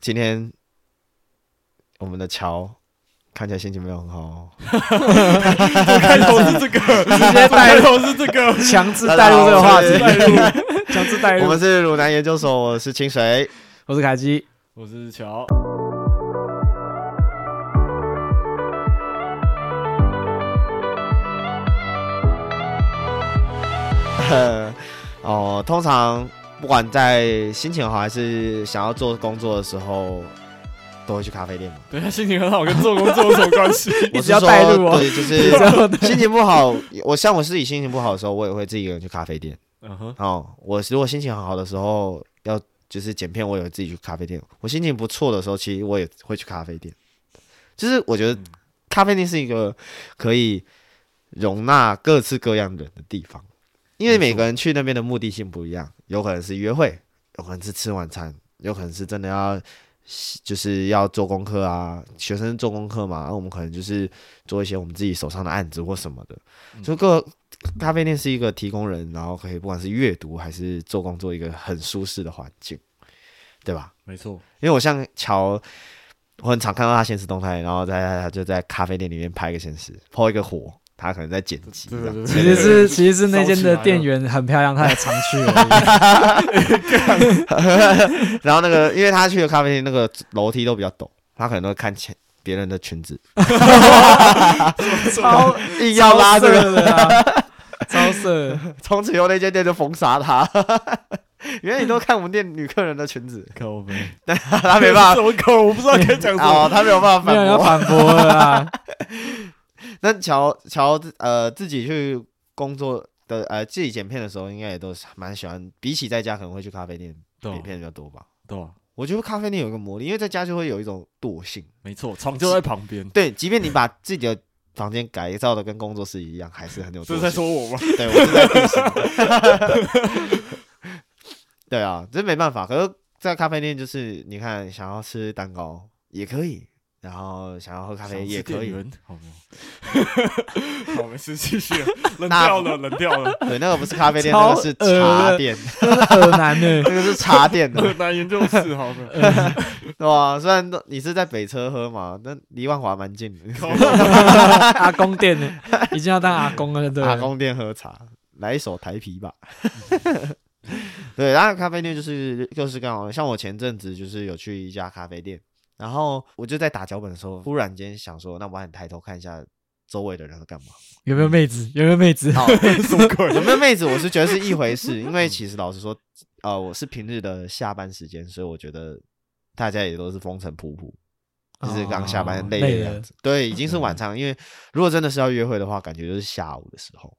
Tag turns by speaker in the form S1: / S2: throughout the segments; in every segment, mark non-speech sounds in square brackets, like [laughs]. S1: 今天我们的乔看起来心情没有很好哦。
S2: 开头是这个，
S3: 直接带
S2: 开
S3: 入
S2: 头是这个，
S1: [laughs]
S3: 强制带入这个
S1: 大
S3: 话题，
S2: 带入。
S3: [laughs] 强制带
S1: [laughs] 我们
S3: 入。
S1: 是鲁南研究所，我是清水。 [laughs]
S3: 我是凯基，
S2: 我是乔，
S1: 哦，通常不管在心情好还是想要做工作的时候，都会去咖啡店嘛。
S2: 等一下心情很好，跟做工作有什么
S1: [laughs]
S2: 关系？
S3: [laughs] 一
S1: 我
S3: 直
S1: 是
S3: 要
S1: 说
S3: 带入哦
S1: 对，就
S3: [laughs]
S1: 是 [laughs]
S3: 然后呢
S1: 心情不好，我像我自己心情不好的时候，我也会自己一个人去咖啡店。
S2: 嗯哼，
S1: 哦，我如果心情很好的时候，要就是剪片，我也会自己去咖啡店。我心情不错的时候，其实我也会去咖啡店。就是我觉得
S2: 嗯
S1: 咖啡店是一个可以容纳各式各样人的地方，因为
S2: 没
S1: 每
S2: 错
S1: 个人去那边的目的性不一样，有可能是约会，有可能是吃晚餐，有可能是真的要就是要做功课啊，学生做功课嘛，啊然后我们可能就是做一些我们自己手上的案子或什么的，
S2: 嗯
S1: 就各咖啡店是一个提供人，然后可以不管是阅读还是做工作一个很舒适的环境，对吧？
S2: 没错，
S1: 因为我像乔，我很常看到他现实动态，然后在他就在咖啡店里面拍个现实，抛一个火，他可能在剪辑这
S2: 对对
S1: 样
S2: 对
S1: 之
S3: 其
S1: 类的。
S3: 实是其实是那间的店员很漂亮，她也常去而
S1: [laughs] 然后那个，因为他去的咖啡店那个楼梯都比较陡，他可能会看前别人的裙子，
S3: 已，超
S1: [laughs] 硬要拉这个，
S3: 超色的啊， [laughs] 超色。啊
S1: 从此以后那间店就封杀他。 [laughs] 原来你都看我们店女客人的裙子， [laughs]
S2: 靠背，
S1: 他没办法
S2: 什么口，我不知道该讲什
S1: [laughs] 哦
S2: 么，。
S1: [laughs] 他没有办法
S3: 没有
S1: 反
S3: 人要
S1: 驳。
S3: 反驳了啊！
S1: 那乔乔呃自己去工作的呃自己剪片的时候，应该也都是蛮喜欢，比起在家可能会去咖啡店剪
S2: 懂
S1: 片比较多吧。
S2: 懂，
S1: 我觉得咖啡店有一个魔力，因为在家就会有一种惰性。
S2: 没错，床就在旁边，
S1: 对，即便你把自己的房间改造的跟工作室一样，还是很有惰
S2: [laughs] 这
S1: 性。
S2: 是在说我吗？
S1: 对，我是在提醒。对啊，这没办法。可是，在咖啡店就是你看，想要吃蛋糕也可以，然后想要喝咖啡也可以。，
S2: 好没有？ [laughs] 好，没事，继续，
S1: [laughs]
S2: 冷掉了，冷掉了。
S1: 对，那个不是咖啡店，那个是
S3: 超恶
S1: 茶
S3: 的
S1: 店，
S3: 耳男呢？
S1: 那个是茶店的，
S3: [laughs]
S2: 男研究室，好没有？
S1: 嗯对吧？虽然你是在北车喝嘛，但离万华蛮近的。
S2: 靠北
S3: 阿公店呢？已经要当阿公了，对
S1: 打
S3: 不对？
S1: 工店喝茶，来一首台啤吧。[laughs]
S3: 嗯
S1: 对，然后咖啡店就是各式各样的，像我前阵子就是有去一家咖啡店，然后我就在打脚本的时候，忽然间想说，那我还抬头看一下周围的人在干嘛。
S3: 有没有妹子？有没有妹子？
S1: 好，
S2: 什么鬼？
S1: 有没有妹子，我是觉得是一回事，因为其实老实说，呃，我是平日的下班时间，所以我觉得大家也都是风尘仆仆。就是刚下班
S3: 哦
S1: 累
S3: 累
S1: 的样
S3: 了
S1: 子，对，已经是
S2: 嗯
S1: 晚上，因为如果真的是要约会的话，感觉就是下午的时候。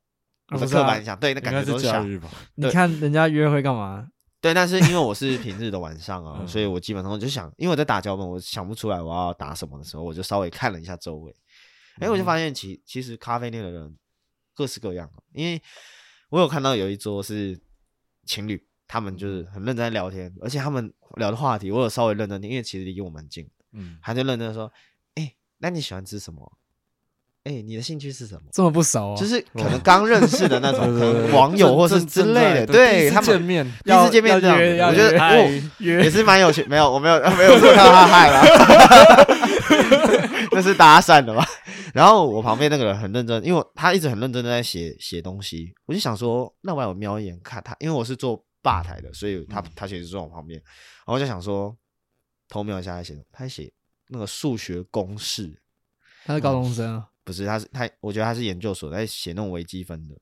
S1: 我的
S3: 不是
S1: 刻
S3: 啊
S1: 板印象， [laughs] 对，那感
S2: 哦应该
S1: 觉都
S2: 是
S1: 是
S2: 假
S1: 下
S2: 日吧？
S3: 你看人家约会干嘛？
S1: 对，但是因为我是平日的晚上啊，
S2: 嗯
S1: 所以我基本上就想，因为我在打脚本，我想不出来我要打什么的时候，我就稍微看了一下周围，哎、
S2: 嗯
S1: 我就发现其其实咖啡店的人各式各样啊，因为我有看到有一桌是情侣，他们就是
S2: 嗯
S1: 很认真在聊天，而且他们聊的话题我有稍微认真听，因为其实离我蛮近，
S2: 嗯，
S1: 他就认真地说，哎、那你喜欢吃什么？哎、你的兴趣是什么？
S3: 这么不熟哦，
S1: 就是可能刚认识的那
S3: [laughs]
S1: 种可能嗯网友或是之类的，
S2: 对
S1: 对他们
S2: 见面，
S1: 第一次见面
S3: 要
S1: 这样，
S3: 要约要
S1: 我觉得
S3: 约哎
S1: 哦
S3: 嗨约
S1: 也是蛮有趣。没有，我没有 [laughs] 没
S3: [laughs]
S1: 有说到他害了， [laughs] 那是搭讪的吧？然后我旁边那个人很认真，因为我他一直很认真的在写写东西，我就想说，那我要有瞄一眼看他，因为我是坐吧台的，所以他
S2: 嗯
S1: 他其实坐我旁边，然后我就想说偷瞄一下他写什么，他写那个数学公式，
S3: 他是高中生啊，
S1: 不是他是他，我觉得他是研究所在写那种微积分的。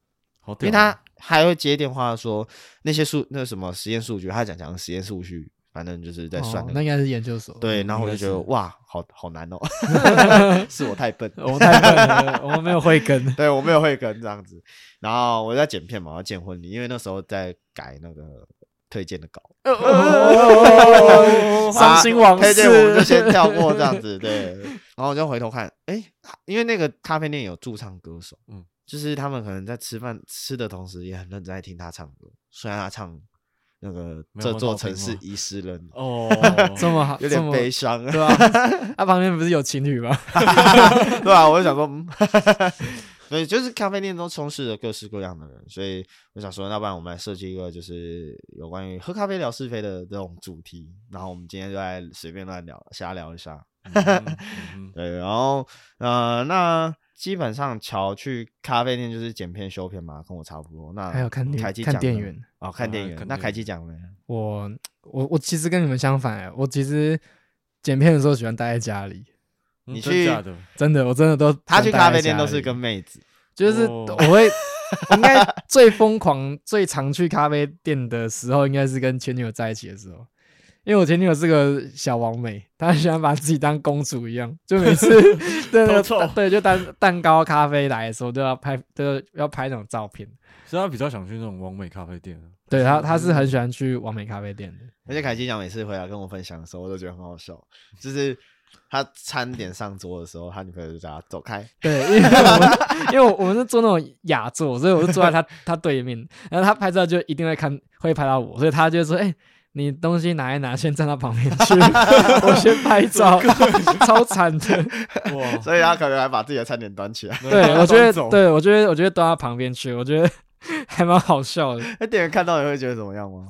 S2: 好屌，啊
S1: 因为
S3: 啊
S1: 他还会接电话说那些数那什么实验数据，他讲讲实验数据，反正就是在算
S3: 哦
S1: 那
S3: 那
S1: 个。
S3: 应该是研究所。
S1: 对，
S2: 嗯
S1: 然后我就
S2: 应该
S1: 觉得
S2: 是
S1: 哇，好好难
S3: [laughs]
S1: 哦，是我太笨，
S3: 我们太笨了，我们没有慧根。
S1: 对我没有会跟这样子。然后我在剪片嘛，我要剪婚礼，因为那时候在改那个推荐的稿，
S3: [laughs] 哦伤心往
S1: 推荐我们就
S3: 事。
S1: 先跳过这样
S3: [laughs]
S1: 子，对。然后我就回头看，哎，因为那个咖啡店有驻唱歌手，嗯
S2: 嗯，
S1: 就是他们可能在吃饭吃的同时，也很认真在听他唱歌。虽然他唱那个
S2: 没有
S1: 这
S2: 梦
S1: 座
S2: 到
S1: 城
S2: 冰
S1: 市
S2: 吗
S1: 遗失
S3: [laughs]
S1: 了你，
S2: 哦，
S3: 这么好，啊
S1: 有
S3: 这
S1: 点
S3: 么
S1: 悲
S3: [laughs]
S1: 伤， [laughs]
S3: 对吧？他旁边不是有情侣吗？
S1: 对吧、啊？我就想说，嗯， [laughs] 对，就是咖啡店都充斥着各式各样的人，所以我想说，要不然我们来设计一个就是有关于喝咖啡聊是非的这种主题，然后我们今天就来随便乱聊，瞎聊一下。
S2: 嗯 [laughs] 嗯
S1: 对，然后呃，那基本上乔去咖啡店就是剪片修片嘛，跟我差不多。那
S3: 还有看
S1: 凯
S3: 电
S1: 基
S3: 看
S1: 讲
S3: 电
S1: 呢
S3: 源，
S1: 哦，看电
S2: 啊
S1: 影。
S2: 看
S1: 那
S2: 电
S1: 凯
S2: 影
S1: 基讲呢？
S3: 我我我其实跟你们相反哎、我其实剪片的时候喜欢待在家里，
S2: 嗯
S1: 你
S2: 真
S1: 去
S2: 假的
S3: 真的，我真的都
S1: 他去
S3: 喜欢待
S1: 咖
S3: 在
S1: 啡店
S3: 家
S1: 都是
S3: 里
S1: 跟妹子，
S3: 就是
S2: 哦
S3: 我会我应该最疯狂、最常去咖啡店的时候，应该是跟前女友在一起的时候。因为我前女友是个小王美，她很喜欢把自己当公主一样，就
S2: [laughs]
S3: 每次对那
S2: 偷臭
S3: 个对就当蛋糕、咖啡来的时候都要拍，都要拍那种照片。
S2: 所以他比较想去那种完美咖啡店啊。
S3: 对她，她是很喜欢去王美咖啡店的。
S1: 而且凯基讲每次回来跟我分享的时候，我都觉得很好笑，就是他餐点上桌的时候，他女朋友就叫他走开。
S3: 对，因为我们因为我我们是坐那种雅座，所以我就坐在他他对面，然后他拍照就一定会看会拍到我，所以他就会说：“哎、你东西拿一拿，先站到旁边去， [laughs] 我先拍照。”超惨
S1: [laughs]
S3: 的，
S2: 哇，
S1: 所以他可能还把自己的餐点端起来， [laughs]
S3: 对我觉得，
S2: 走，
S3: 对我觉得，我觉得端到旁边去，我觉得 [laughs] 还蛮好笑的。
S1: 那店员看到你会觉得怎么样吗？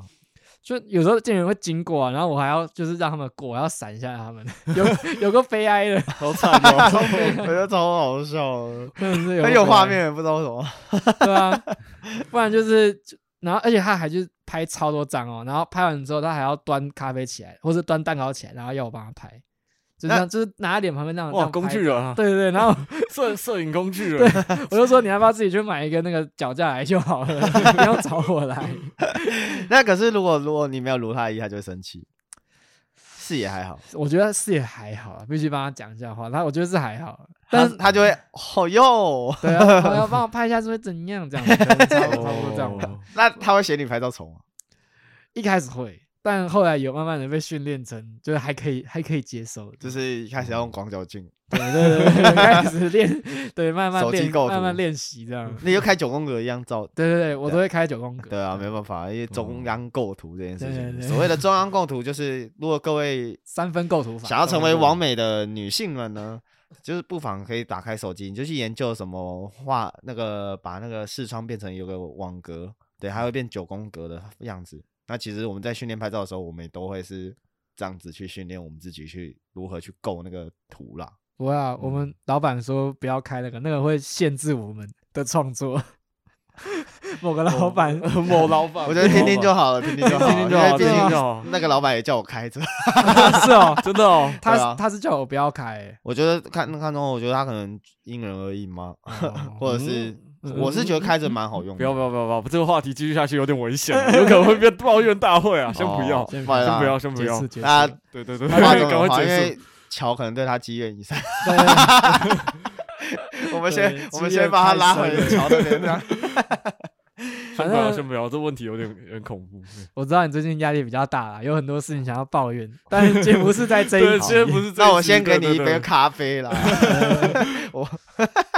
S3: 就有时候店员会经过、啊，然后我还要就是让他们过，我要闪一下他们， [laughs] 有有个悲哀的，
S2: 好惨哦。
S1: [laughs] 我觉得超好笑的，
S3: 真的
S1: [laughs]
S3: 是有个
S1: 很有
S3: 悲
S1: 画
S3: 哀
S1: 面，不知道为什么。
S3: [laughs] 对啊，不然就是，就然后而且他还就是拍超多张哦，然后拍完之后他还要端咖啡起来，或是端蛋糕起来，然后要我帮他拍，就这样，就是拿在脸旁边那样。这
S2: 哇，
S3: 样拍
S2: 工具。人啊，
S3: 对对对，然后
S2: [laughs] 摄摄影工具人，
S3: 我就说你要不要自己去买一个那个脚架来就好了， [laughs] 不要找我来。
S1: [laughs] 那可是如果如果你没有如他意，他就会生气。是也还好，
S3: 我觉得是也还好啊，必须帮他讲一下话。他我觉得是还好，啊但
S1: 但
S3: 是
S1: 他就会哦哟， [laughs]
S3: 对啊，我要帮我拍一下是会怎样这样，差不多差不多这样吧。
S2: 哦
S1: 那他会嫌你拍照啊丑吗？
S3: 一开始会，但后来有慢慢的被训练成，就是还可以还可以接受，
S1: 就是一开始要用广角镜，
S3: 对对对，开始练，对，慢慢
S1: 手机
S3: 练，
S1: 构
S3: 慢慢
S1: 图
S3: 练习这样。
S1: 你就开九宫格一样照。
S3: 对对对，我都会开九宫格。
S1: 对啊，没办法，因为中央构图这件事
S3: 对
S1: 情，
S3: 对对
S1: 所谓的中央构图就是，如果各位
S3: 三分构图法。嗯
S1: 想要成为
S3: 三分构
S1: 完美的女性们呢，就是不妨可以打开手机，你就去研究什么画那个把那个视窗变成有个网格，对，它会变九宫格的样子。那其实我们在训练拍照的时候，我们也都会是这样子去训练我们自己去如何去构那个图啦。
S3: 图不会啊，我
S1: 嗯
S3: 们老板说不要开那个，那个会限制我们的创作。 [laughs] 某个老板，
S2: 哦某老板，
S1: 我觉得听听就好了，听听就好，
S2: 哦听听就
S1: 因为
S2: 好，
S1: 毕
S2: 听听就
S1: 竟
S2: 好，
S1: [laughs] 那个老板也叫我开着。 [laughs]
S3: [laughs]
S2: [laughs]
S3: 是哦，
S2: 真的哦。
S3: 他
S1: 对啊
S3: 是他是叫我不要开
S1: [laughs]
S3: 欸，
S1: 我觉得看看中，我觉得他可能因人而异嘛，
S3: 哦
S1: 或者是
S3: 嗯
S1: 我是觉得开着蛮好用的。
S2: 嗯不要不要不要不要！这个话题继续下去有点危
S3: [laughs]
S2: 险啊，有可能会变抱怨大会啊！先不要
S1: 哦，
S3: 先
S1: 不啊然
S2: 先
S1: 啊
S2: 不要，先不
S3: 解
S2: 要
S3: 释。解释。
S1: 那
S2: 对对对，
S1: 话怎么
S2: 赶快
S1: 因
S2: 结束。
S1: 为乔可能对他积怨已深。
S3: 对对对
S1: [laughs] 我们
S3: 对
S1: 先
S3: 积
S1: 我们
S3: 怨
S1: 先把他
S3: 太
S1: 拉回
S3: 深了
S1: 乔那边，这样
S2: 先
S3: 反
S2: 不要，
S3: 正哦
S2: 先不要，这问题有点有点恐怖。
S3: 我知道你最近压力比较大啦，有很多事情想要抱怨，
S1: [laughs]
S3: 但是并不是在这
S2: 对，
S3: 一
S2: [laughs] 今天
S3: 集。
S2: 不是这一集。
S1: 那我先给你一
S2: 对
S1: 杯。
S2: 对对
S1: 咖啡
S2: [laughs]
S1: 啦。我 [laughs]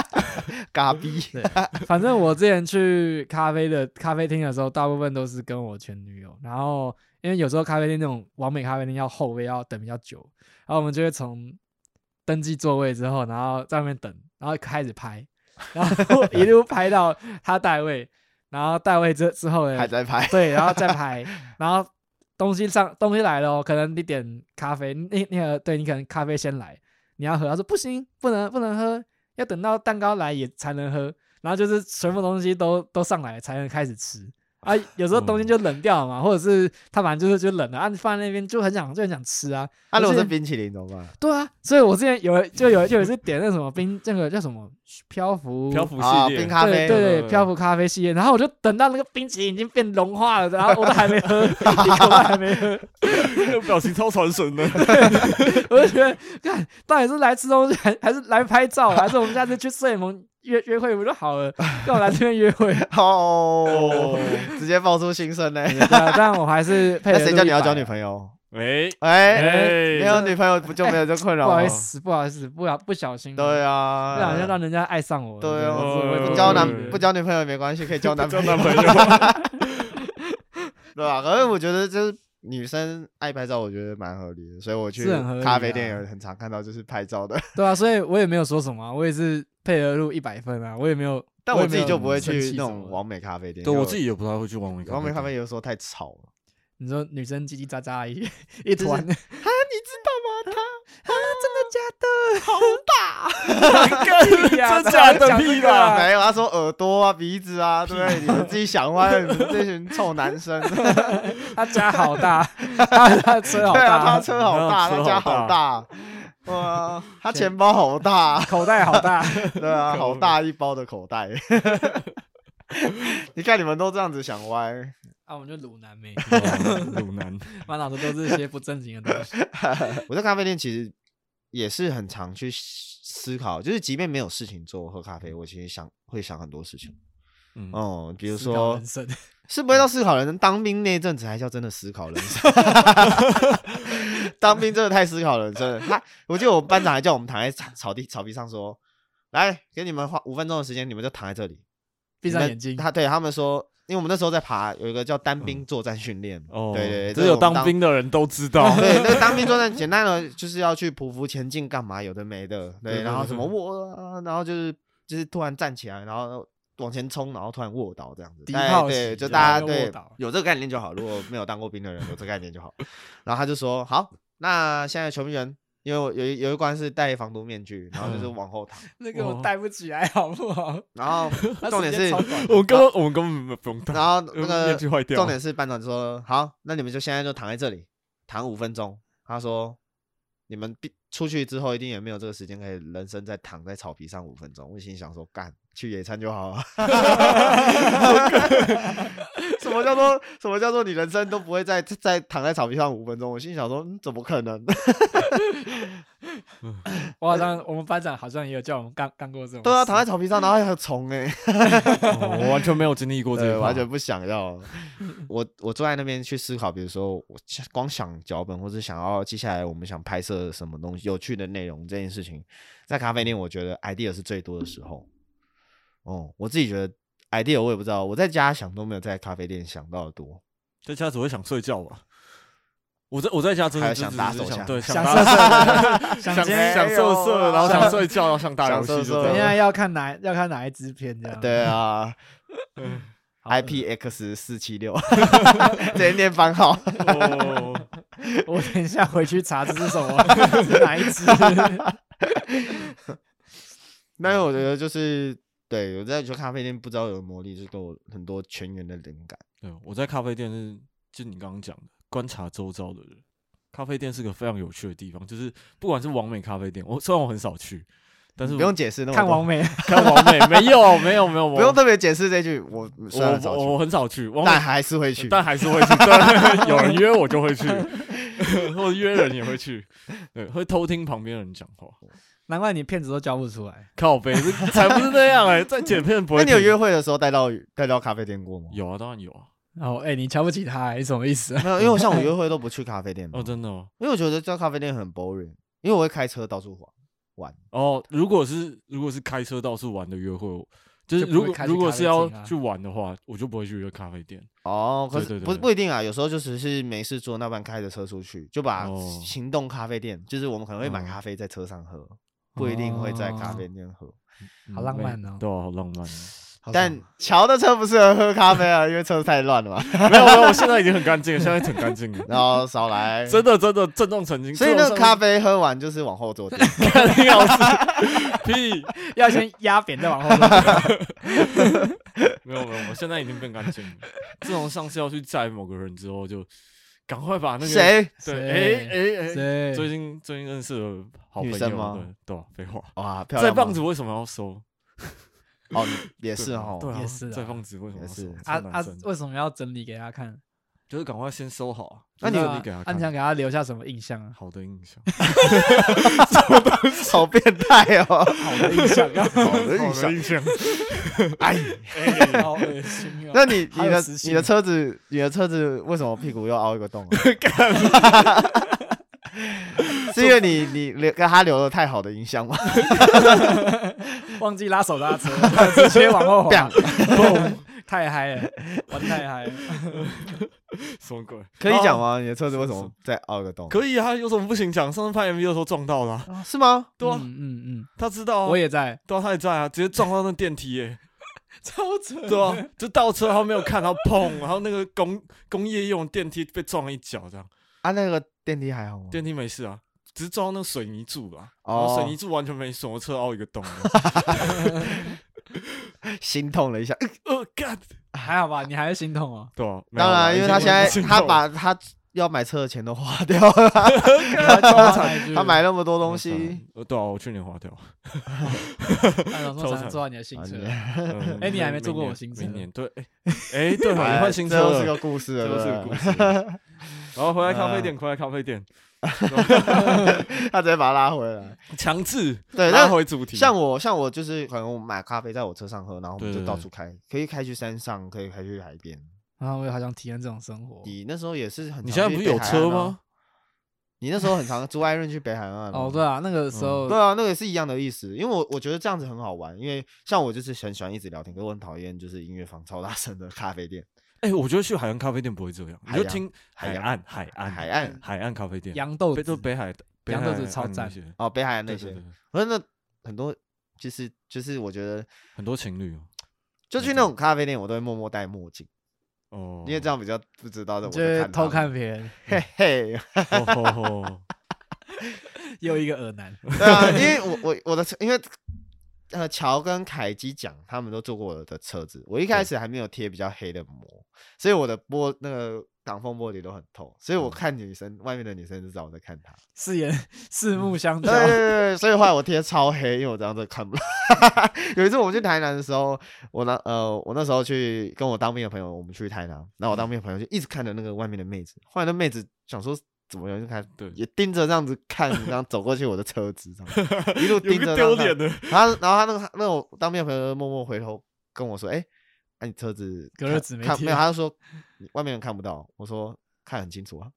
S1: 咖逼，
S3: 反正我之前去咖啡的咖啡厅的时候，大部分都是跟我前女友，然后因为有时候咖啡厅那种完美咖啡厅要后位要等比较久，然后我们就会从登记座位之后，然后在外面等，然后开始拍，然后一路拍到他带位，然后带位之之后呢
S1: 还，在拍。
S3: 对，然后再拍，然后东西上东西来了哦，可能你点咖啡，你那个对你可能咖啡先来，你要喝，他说不行，不能不能喝，要等到蛋糕来也才能喝，然后就是全部东西都都上来才能开始吃。啊，有时候东西就冷掉了嘛，或者是他反正就是就冷了，啊，你放在那边就很想就很想吃啊，
S1: 那如果
S3: 而且
S1: 是冰淇淋怎么办？
S3: 对啊，所以我之前有就有就有一次点那什么冰，那个叫什么漂浮
S2: 漂浮
S1: 啊，冰
S2: 系列， [laughs]
S1: 咖啡
S3: 对对
S2: 对
S3: 对，
S2: 对
S3: 漂浮咖啡系列。然后我就等到那个冰淇淋已经变融化了，然后我都还没喝， [laughs] 一口都还没
S1: [laughs]
S3: 喝，
S2: 那个表情超传神 [laughs] 的。
S3: 我就觉得，看到底是来吃东西， [laughs] 还还是来拍照，啊还是我们下次去摄影棚约约会不就
S1: [laughs]
S3: 好了？跟我来这边约会。
S1: 哦，直接爆出心声嘞。
S3: 对啊，但我还是配
S1: 那
S3: 合
S1: 谁叫你要交女
S3: 友？
S1: 朋友？
S2: 哎
S1: 哎，
S2: 哎，
S1: 没有女朋友不就没有这困
S3: 不
S1: 扰
S3: 好
S1: 吗
S3: 意？思，不好意思，不小不小心，啊
S1: 对
S3: 不小心
S1: 啊，
S3: 让人家爱上我了。
S1: 对啊，
S2: 哦
S3: 真的是
S1: 不
S2: 对
S1: 交
S2: 对
S1: 男
S2: 对
S1: 不交女朋
S2: [laughs]
S1: 友也没关系，可以交男
S2: 交
S1: 朋友，
S2: 男朋友。
S1: 对吧？可是我觉得就是女生爱拍照，我觉得蛮合理的，所以我去
S3: 是很合理
S1: 咖啡店
S3: 啊
S1: 也很常看到就是拍照
S3: [laughs]
S1: 的，
S3: 对啊，所以我也没有说什么啊、我也是配合度一百分啊，我也没有，
S1: 但
S3: 我
S1: 我
S3: 也
S1: 自
S3: 没
S1: 己
S3: 有
S1: 就不会
S3: 生
S1: 去
S3: 气
S1: 那
S3: 什么
S1: 种
S3: 的
S1: 完美咖啡店。
S2: 对
S1: 因为
S2: 我自己也不太会去完美咖啡店。
S1: 完美咖啡有时候太吵
S3: [laughs]
S1: 了。
S3: 你说女生叽叽喳喳一 [laughs] 一
S1: 就是
S3: 团，啊，
S1: 啊，你知道吗？他
S3: 真的假的？好大，呀，
S2: 真假的
S3: 讲
S2: 屁
S3: 这个啊
S2: 啦
S1: 没有，他说耳朵啊、鼻子啊，对不对？你们自己想
S3: [laughs]
S1: 歪，你们这群臭男生。
S3: 他家好大，他他车好
S1: 对啊，他
S3: 大，
S1: 车好大，
S2: 车
S1: 他家好
S2: 好
S3: [laughs]
S1: 大，哇，他钱包好大，啊
S3: 口袋好大，
S1: 对啊，好大一包的口袋。 [laughs] 你看你们都这样子想歪，
S3: [laughs] 啊，我们就鲁南妹，
S1: [laughs]
S2: 哦鲁南，
S3: 满脑子都是一些不正经的东西。
S1: 我在咖啡店其实也是很常去思考，就是即便没有事情做，喝咖啡，我其实想会想很多事情。
S2: 嗯，
S1: 哦、比
S3: 比
S1: 如说
S3: 人生，
S1: 是不会到思考人生。当兵那一阵子还叫真的思考人生，当兵真的太思考人生了。他，我记得我班长还叫我们躺在草草地草皮上说：“来，给你们花五分钟的时间，你们就躺在这里，
S3: 闭上
S1: 你们
S3: 眼睛，
S1: 他对他们说，因为我们那时候在爬，有一个叫单兵作战训练。
S2: 哦，
S1: 对对对，这
S2: 只
S1: 是
S2: 有
S1: 我们
S2: 当。兵的人都知
S3: 哦
S1: [laughs]
S2: 道。
S1: 对，那个当兵作战简单的就是要去匍匐前进，干嘛有的没的，对，
S2: 对
S1: 然后
S2: 对
S1: 什么握啊，然后就是就是突然站起来，然后往前冲，然后突然卧倒这样子，
S3: 敌
S1: 大概
S3: 炮
S1: 对，
S3: 型
S1: 就大
S3: 然后
S1: 家
S3: 又卧
S1: 对
S3: 倒
S1: 有这个概念就好，如果没有当过兵的人有这个概念就好。 [laughs] 然后他就说好，那现在球迷人。因为我有一有一关是戴防毒面具，然后就是
S3: 嗯
S1: 往后躺，
S3: 那个我带不起来，好不好？
S1: 然后
S3: [laughs] 他
S1: 重点
S3: 时间
S1: 是
S3: 超短
S2: 我们根本我们根本不用
S1: 然
S2: 当，
S1: 后那个
S2: 面具坏掉。
S1: 重点是班长就说：“好，那你们就现在就躺在这里，躺五分钟。”他说：“你们必出去之后一定也没有这个时间可以人生再躺在草皮上五分钟。”我心里想说：“干，去野餐就好啊了。” [laughs] 什么叫做什么叫做你人生都不会再再躺在草皮上五分钟？我心里想说：“嗯，怎么可能？” [laughs]
S3: 我好像我们班长好像也有叫我们干干过这种事，
S1: 对啊，躺在草皮上，然后还有虫哎、
S2: 哦我完全没有经历过这
S1: 对，
S2: 个，
S1: 完全不想要。 [laughs] 我我坐在那边去思考，比如说我想光想脚本，或者想要接下来我们想拍摄什么东西有趣的内容这件事情，在咖啡店我觉得 idea 是最多的时候。哦、我自己觉得 idea 我也不知道，我在家想都没有在咖啡店想到的多。
S2: 在家只会想睡觉吧。我在我在家真
S1: 还有
S2: 的就
S1: 想
S2: 只
S1: 打
S2: 是
S1: 手枪
S2: 想对
S3: 想
S2: 打
S3: 色
S2: 手
S3: 色，想
S2: 想
S3: 今
S1: 哎
S3: 天
S2: 想色色，
S1: 呦
S2: 然后
S1: 想
S2: 想睡觉，然后想打
S1: 想哎
S2: 游
S1: 色
S2: 戏，
S1: 色
S2: 就
S1: 等
S3: 等
S1: 一
S3: 一
S1: 下
S3: 下要看哪要看哪一支片
S2: 嗯
S3: 这样。
S1: 对
S2: [laughs]
S1: 啊
S3: 好的
S1: ，IPX 四七六，直接念番
S2: [laughs]
S1: 号。
S2: 哦，
S3: 我等一下回去查这是
S1: [laughs]
S3: 什么，是哪一支？
S1: 那我觉得就是对我在觉得咖啡店不知道有魔力，就给我很多全员的灵感。
S2: 对，啊我在咖啡店是，就你刚刚讲的，观察周遭的人。咖啡店是个非常有趣的地方，就是不管是完美咖啡店，我虽然我很少去，但是
S1: 不
S2: 我
S1: 用解释那么
S3: 看
S1: 多。
S3: 王美，
S2: 看完美，没有没有没有，
S1: 不用特别解释这句，我虽然
S2: 我
S1: 少
S2: 我
S1: 去，
S2: 我很少去，完
S1: 但
S2: 美
S1: 还是会去。
S2: 但还是会去，对， [laughs] 有人约我就会去，或者约人也会去，对，会偷听旁边人讲话，
S3: 难怪你骗子都交不出来。
S2: 靠背这才不是那样哎、在剪片不
S1: 那
S2: 会
S1: 你有
S2: 听
S1: 约会的时候带到带到咖啡店过吗？
S2: 有啊，当然有啊，
S3: 然后哎，你瞧不起他，你什么
S1: [laughs]
S3: 意思？啊
S1: 没有，因为我像我约会都不去咖啡店的
S2: 哦，真的吗？
S1: 因为我觉得在咖啡店很 boring，因为我会开车到处晃玩。
S2: 哦，如果是如果是开车到处玩的约会，我就是
S3: 就不
S2: 如
S3: 会
S2: 果
S3: 开去
S2: 如果
S3: 咖
S2: 是
S3: 啡
S2: 要
S3: 厅啊
S2: 去玩的话，我就不会去约咖啡店。
S1: 哦，可
S2: 对
S1: 是
S2: 对对
S1: 不
S2: 对
S1: 不一定啊，有时候就只是没事做，那不然开着车出去，就把
S2: 哦
S1: 行动咖啡店，就是我们可能会买
S2: 嗯哦
S1: 咖啡在车上喝，不一定会在咖啡店喝。
S3: 好浪漫哦
S2: 没对啊，好浪漫哦。
S1: 但乔的车不适合喝咖啡啊，因为车太乱了嘛。 [laughs]
S2: 没有没有，我现在已经很干净了，现在很干净了。
S1: 然后少来，
S2: [laughs] 真的真的症状曾经，
S1: 所以那个咖
S2: 啡
S1: 啡喝完就是往后坐垫。
S2: 很好吃，屁，
S3: 要先压扁再往后弄。
S2: 没有没有，我现在已经变干净了。自从上次要去载某个人之后，就赶快 [laughs] 把那个
S1: 谁？
S2: 对，哎哎哎，
S3: [laughs] [laughs] 对，
S2: 最近最近认识了好朋
S1: 女
S2: 友，
S1: 生吗
S2: 对对啊，废话，
S1: 哇，漂
S2: 再
S1: 亮吗！
S2: 棒子为什么要收？
S1: 哦，你也
S2: 对
S1: 是
S2: 啊
S1: 哦，
S2: 对啊，
S3: 也是啊
S2: 再放纸为什么要收
S1: 也是
S2: 这
S3: 啊
S2: 种
S3: 啊
S2: 男生，
S3: 为什么要整理给他看？
S2: 就是赶快先收好啊。
S1: 那
S2: 就是
S1: 你
S2: 你给他
S3: 啊，
S2: 看
S3: 你想给他留下什么印象啊？
S2: 好的印象，
S1: [laughs] 好变态哦！
S2: [laughs]
S3: 好的印象啊，
S1: 好的印象，
S2: 印
S3: [laughs]
S2: 象。
S1: 哎，
S3: [laughs] 好恶心啊！
S1: 那你
S3: 好
S1: 你
S3: 有
S1: 的
S3: 磁性
S1: 你的车子你的车子为什么屁股又凹一个
S2: [laughs]
S1: 洞啊？ [laughs] 是因为你你留跟他留了太好的印象
S2: [laughs]
S1: 吗？
S3: 忘记拉手刹车，直接往后滑
S1: 砰，
S3: 太嗨了，玩太嗨了。
S2: 什么鬼？
S1: 可以讲哦
S2: 啊？
S1: 吗？你的车子为什
S2: 是
S1: 么在凹一个洞？
S2: 可以啊，有什么不行讲？上次拍 MV 的时候撞到了啊、
S1: 是吗？
S2: 对啊，
S3: 嗯嗯嗯，
S2: 他知道啊，
S3: 哦我
S2: [laughs]
S3: 也在，
S2: 对啊，他也在啊，直接撞到那电梯耶、
S3: 超扯，
S2: 对
S3: [laughs]
S2: 啊，就倒车，然后没有看，然后砰，然后那个工工业用电梯被撞了一脚，这样
S1: 啊，那个电梯还好吗？
S2: 电梯没事啊，只是撞到那个水泥柱吧，然
S1: 哦
S2: 后水泥柱完全没损，我车凹一个洞，
S3: [laughs]
S1: 心痛了一下。
S2: 呃，干，
S3: 还好吧？你还是心
S2: [laughs]
S3: 痛哦，
S2: 对啊，没有
S1: 当
S2: 啦
S1: 然，因为他现在
S2: 已经
S1: 他
S2: 已经
S1: 把他要买车的钱都花掉了，他买那么多东西，
S2: 呃，对啊，我去年花掉了，
S3: 超惨，做到你的新
S1: 啊
S3: 车，
S1: 你
S2: 嗯
S3: 哎你还没
S2: 明
S3: 坐过
S2: 明
S3: 我
S2: 年
S3: 新车
S2: 明年对，哎，哎
S3: [laughs]
S2: 对啊，
S1: 哎
S2: 你换新车
S1: 这又是
S2: 了
S1: 个故啊事
S2: 这
S1: 了，
S2: 都是
S1: 对
S2: 个
S1: 不
S2: 故
S1: 对
S2: 事。 [laughs] 然后回来咖啡店，回来咖
S1: [laughs]
S2: 啡店，
S1: 他直接把他拉回来。
S2: 强制
S1: [laughs] 对，
S2: 拉
S1: 那
S2: 回主题。
S1: 像我，像我就是可能我买咖啡在我车上喝，然后我们
S2: 对
S1: 就
S2: 对
S1: 到
S2: 对
S1: 处开，可以开去山上，可以开去海边。
S3: 然后我也好想体验这种生活。
S1: 你那时候也是很，
S2: 你现在不是有车吗？？
S1: 啊你那时候很常朱爱润去北海岸
S3: 哦，
S1: 吗
S3: 对啊，那个时候
S1: 对，啊，那个也是一样的意思，因为我我觉得这样子很好玩，因为像我就是很喜欢一直聊天，可是我很讨厌就是音乐房超大声的咖啡店，
S2: 哎，我觉得去海岸咖啡店不会这样，你
S1: 海
S2: 就
S1: 洋
S2: 听
S1: 海
S2: 海
S1: 洋
S2: 岸、海岸、
S1: 海岸
S2: 海岸咖啡店，
S3: 杨豆
S2: 北
S3: 子
S2: 就，北海的北
S3: 洋
S2: 海
S3: 豆子超
S2: 岸那
S3: 赞
S2: 些对
S1: 哦，北海岸那
S2: 对
S1: 些
S2: 对，对
S1: 可是那很多就是就是我觉得
S2: 很多情侣哦
S1: 就去那种咖啡店，我都会默默戴墨镜，
S2: 哦，
S1: 因为这样比较不知道的我
S3: 就
S1: 在
S3: 是
S1: 看
S3: 偷
S1: 他们，
S3: 看别人，
S1: 嘿嘿，
S2: 样，吼吼
S1: [laughs]
S2: 吼
S3: 又一个耳男， [laughs]
S1: 对啊，因为我我我的车，因为呃乔跟凯基讲，他们都坐过我的车子，我一开
S2: 对
S1: 始还没有贴比较黑的膜，所以我的玻那个挡风玻璃都很透，所以我看女生、外面的女生就知道我在看她。
S3: 四眼四目相交
S1: 嗯对，对对对，所以后来我贴超黑，因为我这样子看不到。 [laughs] 有一次我们去台南的时候，我那呃我那时候去跟我当兵的朋友，我们去台南，然后我当兵的朋友就一直看着那个外面的妹子，后来那妹子想说。怎么有人看？
S2: 对
S1: 也盯着这样子看，然后走过去我的车子，
S2: [laughs]
S1: 这样一路
S2: 有
S1: 盯着这
S2: 个丢
S1: 样看
S2: 脸的，
S1: 然后他，然后他那个那种当面的朋友默默回头跟我说：“哎、那、你车子
S3: 隔
S1: 看
S3: 热纸没
S1: 看没有？”
S3: 贴
S1: 他就说：“你外面人看不到。”我说：“看很清楚啊。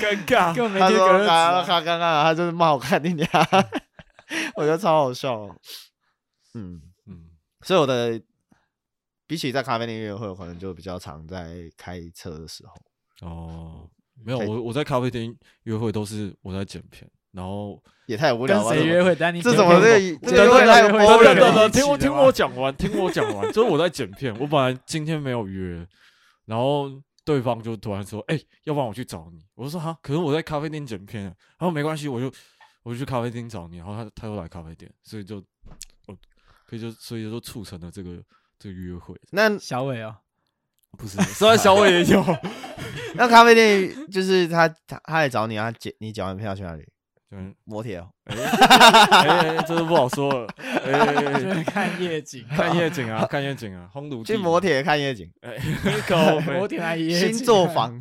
S2: 尴尬。
S3: 根”本没
S1: 他
S3: 贴
S1: 说
S3: 隔：“热纸
S1: 他
S3: 啊。
S1: 他刚刚他就是骂我看你俩，我觉得超好笑。”嗯，
S2: 嗯，
S1: 所以我的比起在咖啡店约会，我可能就比较常在开车的时候。
S2: 哦，没有，
S1: 可以
S2: 我我在咖啡店约会都是我在剪片，然后
S1: 也太无聊
S3: 跟
S1: 了吧。
S3: 谁
S1: 这
S3: 约会？但你
S1: 这
S3: 怎
S1: 怎么
S3: 这
S1: 这
S2: 我
S1: 这有
S2: 我
S1: 点太
S3: 我
S2: 等
S3: 我
S2: 等
S3: 我
S2: 等
S3: 我
S2: 等，听我
S3: 一起的
S2: 听
S3: 吗
S2: 我讲完，听我讲完，就是我在剪片，我本来今天没有约，然后对方就突然说，哎、要不然我去找你，我就说哈，可是我在咖啡店剪片啊，然后没关系，我就我就去咖啡厅找你，然后他他又来咖啡店，所以就我可以就所以就促成了这个这个约会，
S1: 那
S3: 小伟哦，
S2: 不是，虽然小伟也有
S1: 那咖啡店就是他他他来找你，他解你缴完票去哪里？
S2: 嗯，
S1: 摩铁哦。
S2: 哎哎，哎这都不好说了，哎哎哎哎
S3: 就是看夜
S1: [laughs]
S3: 景，
S2: 看夜景啊，看夜景啊，烘炉地
S1: 去摩铁看夜景，
S2: 哎，靠北
S3: 我挺爱夜景
S1: 星座房、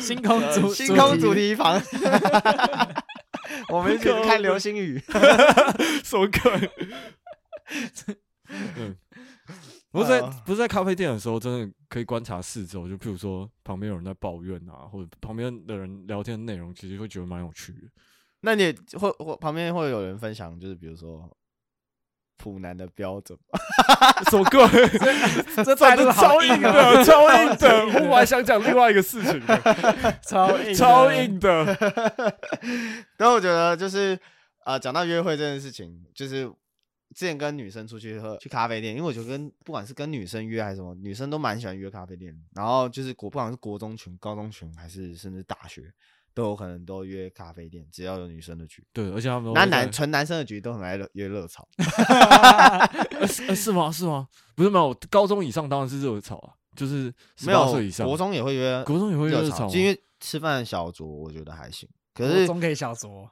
S3: 星空主
S1: 呃星空主
S3: 主
S1: 题房， [laughs] 我们一起去看流星雨。
S2: 什么鬼？嗯，我在
S1: 啊
S2: [laughs] 不是在咖啡店的时候，真的可以观察四周，就譬如说旁边有人在抱怨啊，或者旁边的人聊天的内容，其实会觉得蛮有趣的。 [laughs]
S1: 那你会会旁边会有人分享，就是比如说普男的标准，
S2: 什么
S1: [laughs]
S2: 鬼？
S3: 这
S2: 长
S3: 态度
S2: 得
S3: 好
S2: [laughs] 超硬的，
S3: 超
S2: 超
S3: 硬
S2: 硬
S3: 哦
S2: 的。
S3: 的
S2: 我本来想讲另外一个事情的，
S3: 超硬，
S2: 超。硬的。
S1: 然后我觉得就是啊，呃讲到约会这件事情，就是之前跟女生出去喝去咖啡店，因为我觉得跟不管是跟女生约还是什么，女生都蛮喜欢约咖啡店。然后就是国不管是国中群、高中群，还是甚至大学，都有可能都约咖啡店，只要有女生的局。
S2: [laughs] 对，而且他
S1: [laughs]
S2: 们都
S1: 那
S2: 会在
S1: 男纯男生的局都很爱热约热炒，
S2: 呃是呃是吗？是吗？不是没有，高中以上当然是热炒啊，就是
S1: 没
S2: 18
S1: 有
S2: 岁以上，
S1: 国中也会约
S2: 国中也会约
S1: 热
S2: 热炒吗
S1: 就因为吃饭小酌，我觉得还行。可
S3: 我
S1: 是
S3: 总可以小酌，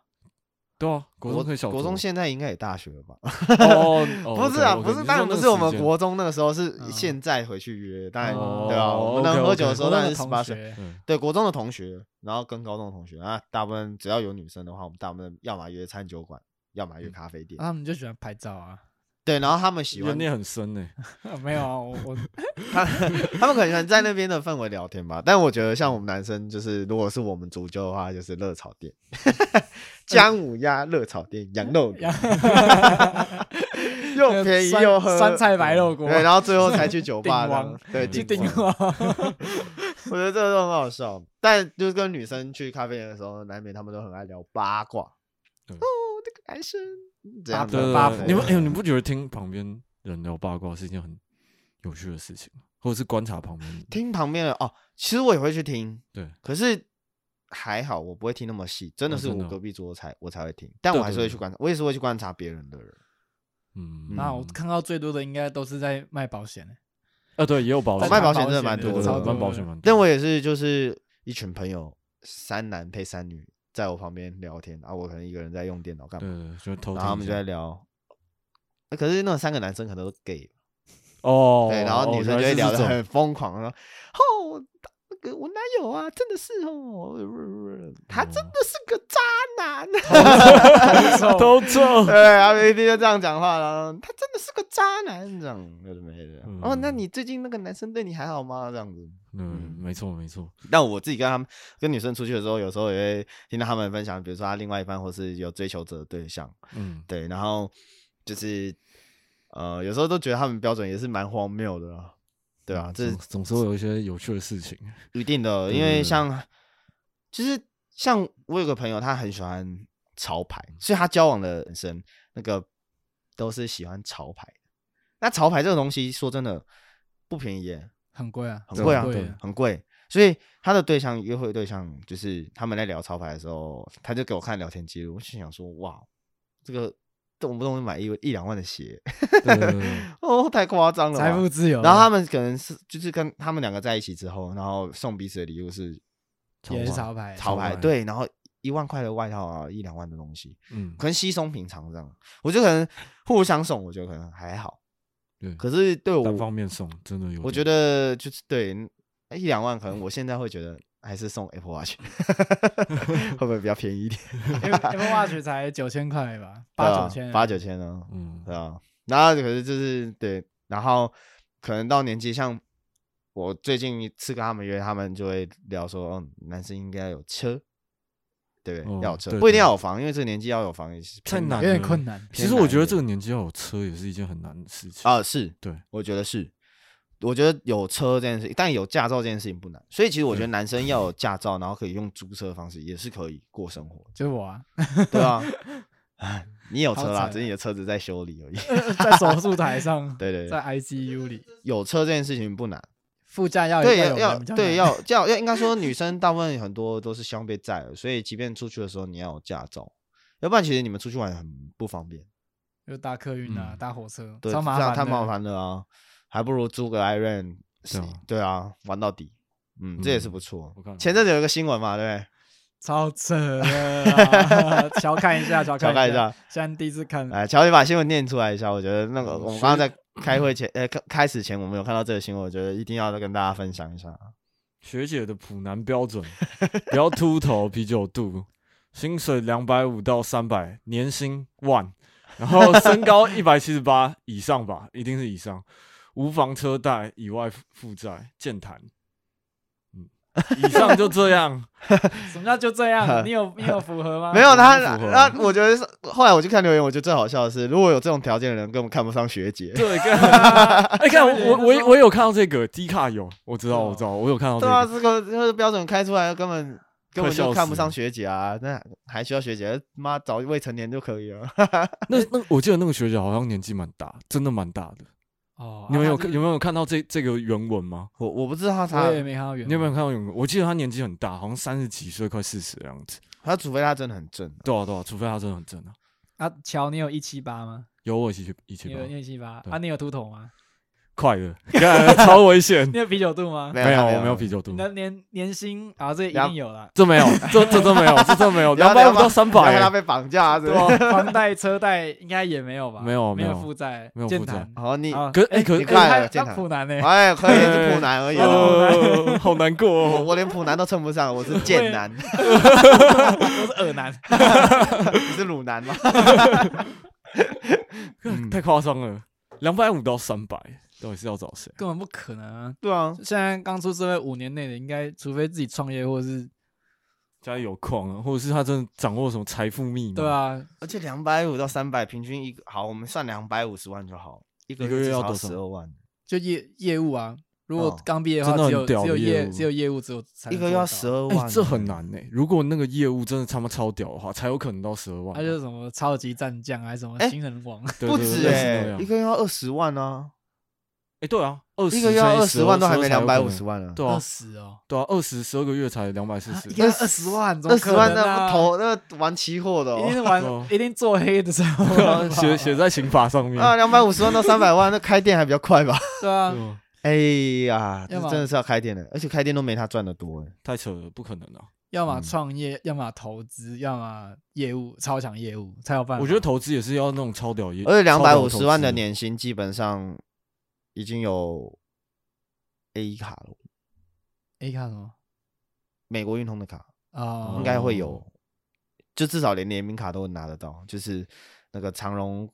S2: 对啊，国中可以小
S1: 国
S2: 酌
S1: 中现在应该也大学了吧？
S2: 哦，
S1: [laughs] 不是啊，不是，当然不是我们国中那个时候，是
S3: 嗯
S1: 现在回去约，当然
S3: 哦
S1: 对啊，我们
S2: OK，OK
S1: 能喝酒的时候
S3: 我
S1: 当
S3: 那
S1: 然
S3: 个
S1: 是十
S3: 同
S1: 八岁。
S3: 学，
S2: 嗯，
S1: 对，国中的同学，然后跟高中的同学啊，大部分只要有女生的话，我们大部分要么约餐酒馆，要么约
S2: 嗯
S1: 咖啡店。
S3: 他们就喜欢拍照啊。
S1: 对，然后他们喜欢
S2: 怨念很深呢。
S3: 没有啊，我
S1: [laughs]
S3: 我
S1: 他他们可能在那边的氛围聊天吧，但我觉得像我们男生，就是如果是我们足球的话，就是热炒店， [laughs]
S3: [laughs]
S1: 姜母鸭、热炒店、羊肉
S3: 羊
S1: 炉， [laughs] 又便宜又喝
S3: 酸菜白肉锅，
S1: 对，然后嗯最后才去酒吧
S3: 顶
S1: 这
S3: 王
S1: 样，对，
S3: 去
S1: 顶
S3: 顶
S1: 王
S3: 我。
S1: 我觉得这个都很好笑，但就是跟女生去咖啡店的时候，难免他们都很爱聊八卦。
S2: 对
S1: 哦，这个男生怎
S3: 八
S1: 样
S3: 婆
S1: 怎
S2: 对
S1: 样
S2: 对
S3: 八
S2: 对
S1: 对
S3: 婆
S2: 你们哎、你不觉得听旁边人聊八卦是一件很有趣的事情吗，或者是观察旁边人？
S1: 听旁边的哦，其实我也会去听，
S2: 对，
S1: 可是还好我不会听那么细，真的
S2: 哦
S1: 是
S2: 真的
S1: 我
S2: 哦
S1: 隔壁桌才我才会听，但
S2: 对
S1: 我还
S2: 对
S1: 是会
S2: 对
S1: 去观察，我也是会去观察别人的人。
S2: 嗯，
S3: 那啊我
S2: 嗯
S3: 看到最多的应该都是在卖保险的，
S2: 啊，对，也有保险，
S3: 在
S1: 哦卖保
S3: 险
S1: 险真的蛮
S2: 对
S1: 多的
S2: 对
S1: 嗯
S3: 超
S2: 对，
S3: 多
S2: 蛮保
S3: 的
S2: 险蛮多的。
S1: 但我也是就是一群朋友，三男配三女，在我旁边聊天，啊，我可能一个人在用电脑干
S2: 对
S1: 嘛，
S2: 对对，就偷听一下。
S1: 然后他们就在聊。呃可是那三个男生可能都是 gay，
S2: 哦，
S1: 对，然后
S2: 哦
S1: 女生
S2: 原
S1: 就
S2: 来
S1: 会聊
S2: 是
S1: 得
S2: 这种
S1: 很疯狂，然后哦，那个我男友啊，真的是哦，他真的是个渣男， [laughs]
S2: [laughs] 偷臭。
S1: 对，他们一定就这样讲话了。他真的是个渣男，这样有的没的。哦，那
S2: 嗯
S1: 你最近那个男生对你还好吗？这样子。
S2: 嗯，没错没错，
S1: 但我自己跟他们跟女生出去的时候，有时候也会听到他们分享，比如说他另外一半或是有追求者的对象，
S2: 嗯，
S1: 对，然后就是呃，有时候都觉得他们标准也是蛮荒谬的啦，对啊，这
S2: 总总是会有一些有趣的
S1: [laughs]
S2: 事情。
S1: 一定的，
S2: 嗯对
S1: 因
S2: 对
S1: 为
S2: 对
S1: 像其实像我有个朋友，他很喜欢潮牌，所以他交往的人生那个都是喜欢潮牌的。那潮牌这个东西，说真的不便宜耶，
S3: 很贵啊，
S1: 很贵啊
S3: 很贵
S2: 对
S3: 啊。
S1: 很贵。所以他的对象约会对象，就是他们在聊潮牌的时候，他就给我看聊天记录，我心想说，哇，这个动不动就买一一两万的鞋，
S2: 对对对对
S1: 哦，太夸张了吧，
S3: 财富自由啊，
S1: 然后他们可能是就是跟他们两个在一起之后，然后送彼此的礼物是
S3: 也是
S2: 潮
S3: 潮牌，
S1: 潮
S2: 牌
S1: 牌，对，然后一万块的外套啊，一两万的东西，
S2: 嗯，
S1: 可能稀松平常这样。我觉得可能互相送，我觉得可能还好。
S2: 对，
S1: 可是对
S2: 单
S1: 我，
S2: 方面送真的有，
S1: 我觉得就是对哎一两万，可能我现在会觉得还是送 Apple
S3: [laughs]
S1: Watch 会不会比较便宜一点？ [laughs]
S3: 因为 Apple Watch 才九千块吧，
S1: 对
S3: 八
S1: 啊
S3: 九千，
S1: 八九千呢？
S2: 嗯
S1: 对啊，然后可是就是对，然后可能到年纪，像我最近一次跟他们约，他们就会聊说，嗯、男生应该有车，对不对？
S2: 哦
S1: 要有车，
S2: 对
S1: 不一定
S2: 对
S1: 要有房，因为这个年纪要有房也是
S2: 太
S1: 偏
S2: 难
S3: 有点困难。
S2: 其实我觉得这个年纪要有车也是一件很难的事情。
S1: 啊。是，
S2: 对，
S1: 我觉得是，我觉得有车这件事，但有驾照这件事情不难。所以其实我觉得男生要有驾照，然后可以用租车的方式，也是可以过生活
S3: 就是我啊， [laughs]
S1: 的，对
S2: [laughs]
S1: 啊。唉你有车
S3: 好
S1: 啦，
S3: 惨
S1: 只是
S2: 啊
S1: 你的车子在修理
S2: [laughs]
S1: 而已。
S3: 在手术台上，
S1: [laughs] 对对对
S3: 在，ICU 里，
S1: 有车这件事情不难。
S3: 副驾要
S1: 对，
S3: 啊要有
S1: 要
S3: 人
S1: 要
S3: 比较
S1: 对
S3: 难
S1: 要要要，应该说女生大部分很多都是相被载的，所以即便出去的时候你要有驾照，要不然其实你们出去玩很不方便，
S3: 就搭客运啊，
S2: 嗯
S3: 搭火车，
S1: 对，
S3: 超麻
S1: 这样
S3: 烦，
S1: 太麻。烦了啊，还不如租个 Iron，
S2: 对啊
S1: 对啊，玩到底，嗯，这也是
S2: 嗯
S1: 不错
S2: 我看。
S1: 前阵子有一个新闻嘛，对
S3: 超扯的啊， [laughs] 小看一
S1: [laughs]
S3: 下，小
S1: 小看一
S3: 下
S1: 下，
S3: 现在第一次看
S1: 不对？，哎，乔，你把新闻念出来一下，我觉得那个
S2: 嗯
S1: 我们
S2: 所
S1: 刚刚
S2: 以
S1: 在开会前，呃，开开始前我们有看到这个新闻，我觉得一定要跟大家分享一下。
S2: 学姐的普男标准，不要秃头，啤酒肚，薪水两百五到三百，年薪万，然后身高一百七十八以上吧，一定是以上，无房车贷以外负债，健谈。嗯，以上就这样。
S3: 什么叫就这
S1: [laughs]
S3: 样？你有你有符合吗？
S1: 没有他，
S2: 符合
S1: 那我觉得是后来我去看留言，我觉得最好笑的是，如果有这种条件的人，根本看不上学姐。
S2: 对，看，哎，看我我我我有看到这个，低卡有，我知道
S3: 哦
S2: 我知道，我有看到这
S1: 对啊，这
S2: 个，
S1: 个这个标准开出来根本根本
S2: 快笑
S1: 就
S2: 死
S1: 看不上学姐啊，那还需要学姐？妈，找未成年就可以了。 [laughs]
S2: 那那我记得那个学姐好像年纪蛮大，真的蛮大的。
S3: 哦，
S2: 你们
S3: 啊
S2: 有
S3: 他就
S2: 有没有看到这这个原文吗？
S1: 我我不知道他
S3: 我也，没看到原文，
S2: 你有没有看到有个？我记得他年纪很大，好像三十几岁，快四十的样子。
S3: 嗯
S1: 他除非他真的很正啊、
S2: 对啊，对啊，除非他真的很正啊。
S3: 啊？乔，你有一七八吗？
S2: 有我一起去一起
S3: 你
S2: 吧
S3: 有，一七八
S2: 对
S3: 啊？你有秃头吗？
S2: [laughs]
S3: [laughs]
S2: 快乐，干超危险。
S3: 你有啤酒肚吗？
S1: [laughs] 没
S2: 没有，
S1: 他
S2: 我没有啤酒肚
S3: 你，的年年薪啊，这一
S1: 两
S3: 定有啦。
S2: 这没有，这这真没有，这真没有，
S1: 不 [laughs] 要不
S2: 两百
S1: 要
S2: 五到三
S1: 不要害他
S2: 百，欸
S1: 被绑架是
S2: 对
S1: 不是？ [laughs]
S2: 啊。
S3: 房贷、车贷应该也没有吧？
S2: 没有
S3: 没
S2: 没有
S3: 负债，
S2: 没有
S3: 健
S2: 负债
S3: 谈
S1: 好，你
S3: 啊
S2: 可是哎，可啊
S1: 你
S2: 是
S1: 看了
S3: 他
S1: 健
S3: 他
S1: 谈
S3: 普男呢？欸 [laughs]
S1: 哎，可以是普男而已
S2: [laughs]
S1: 啊。
S2: 呃，好难过 [laughs]
S3: [laughs]
S1: 我
S2: 哦。
S1: 我连普男都称不上，我是贱 [laughs] 男，
S3: 我是耳男，
S1: 你是鲁男吗？
S2: 干太夸张了，两百五到三百，到底是要找谁？
S3: 根本不可能啊！
S1: [laughs] 对啊，
S2: 嗯
S3: 现在刚出社会五年内的，应该除非自己创业或者是
S2: 家里有矿啊，或者是他真的掌握什么财富密码，
S3: 对，啊，
S1: 而且两百五到三百，平均一个好，我们算两百五十万就好，一个
S2: 一个月要多
S1: 十
S2: 少
S1: 二万，
S3: 就业业务啊，如果
S1: 哦
S3: 刚毕业的话，
S2: 真的
S3: 只有
S2: 很屌
S3: 只有
S2: 的业
S3: 业
S2: 务
S3: 只有业务只有才
S1: 一
S3: 能
S1: 个月
S3: 做
S1: 要
S3: 到
S1: 十，二
S2: 哎，
S1: 万，啊
S2: 这很难呢。如果那个业务真的他妈超屌的话，才有可能到十二万吧，
S3: 他就是什么超级战将啊，还是什么
S1: 哎
S3: 新人王，
S2: 对
S1: 不
S2: 对
S1: 止
S2: 类似
S1: 哎、
S2: 那样
S1: 一个月要二十万啊，
S2: 哎，对啊，二
S1: 一个月要二十
S2: 十
S1: 万都还没两百五十
S2: 万，
S1: 万呢、
S2: 对啊
S3: 二，十哦，
S2: 对啊，二十十二个月才两百四
S3: 啊 [laughs]
S2: 十
S3: 一，个月二十万，怎么
S1: 二十万
S3: 可能
S1: 那
S3: 啊
S1: 不投那个玩期货的、
S3: 一定
S1: 哦。
S3: 是玩
S2: 哦
S3: 一定做黑的时候吧，
S2: 啊 [laughs] 写写在刑法上面，
S1: 啊，两百五十万到三百万，那开店还比较快 [laughs] 吧？
S3: [laughs] 对啊，
S2: 对啊
S1: 哎呀，这
S3: 要么
S1: 真的是要开店的，而且开店都没他赚的多哎。
S2: 太扯了，不可能啊！
S3: 要么
S1: 嗯
S3: 创业，要么投资，要么业务，超强业务才有办法。
S2: 我觉得投资也是要那种超屌业，
S1: 而且两
S2: 超
S1: 百
S2: 屌
S1: 五
S2: 投资
S1: 十万的年薪基本上已经有 A 卡了，
S3: A 卡什么
S1: 美国运通的卡
S3: 啊，
S1: 应该会有
S2: 哦，
S1: 就至少连联名卡都拿得到，就是那个长荣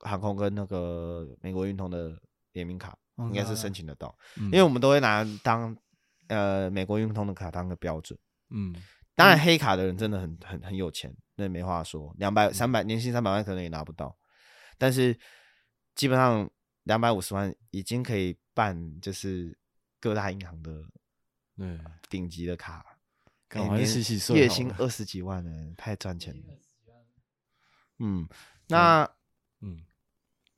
S1: 航空跟那个美国运通的联名卡，应该是申
S3: 请。
S1: 请得到。
S2: 嗯，
S1: 因为我们都会拿当呃美国运通的卡当个标准。
S2: 嗯，
S1: 当然，黑卡的人真的很很很有钱，那没话说，两
S2: 嗯
S1: 百三百年薪三百万可能也拿不到，但是基本上两百五十万已经可以办就是各大银行的
S2: 对，
S1: 顶级的卡，
S2: 干
S1: 哎
S2: 哦嘛还
S1: 年
S2: 是洗洗睡
S1: 月
S2: 好
S1: 薪
S2: 了
S1: 二十几万呢、太赚钱了。嗯，那
S3: [laughs]
S2: 嗯，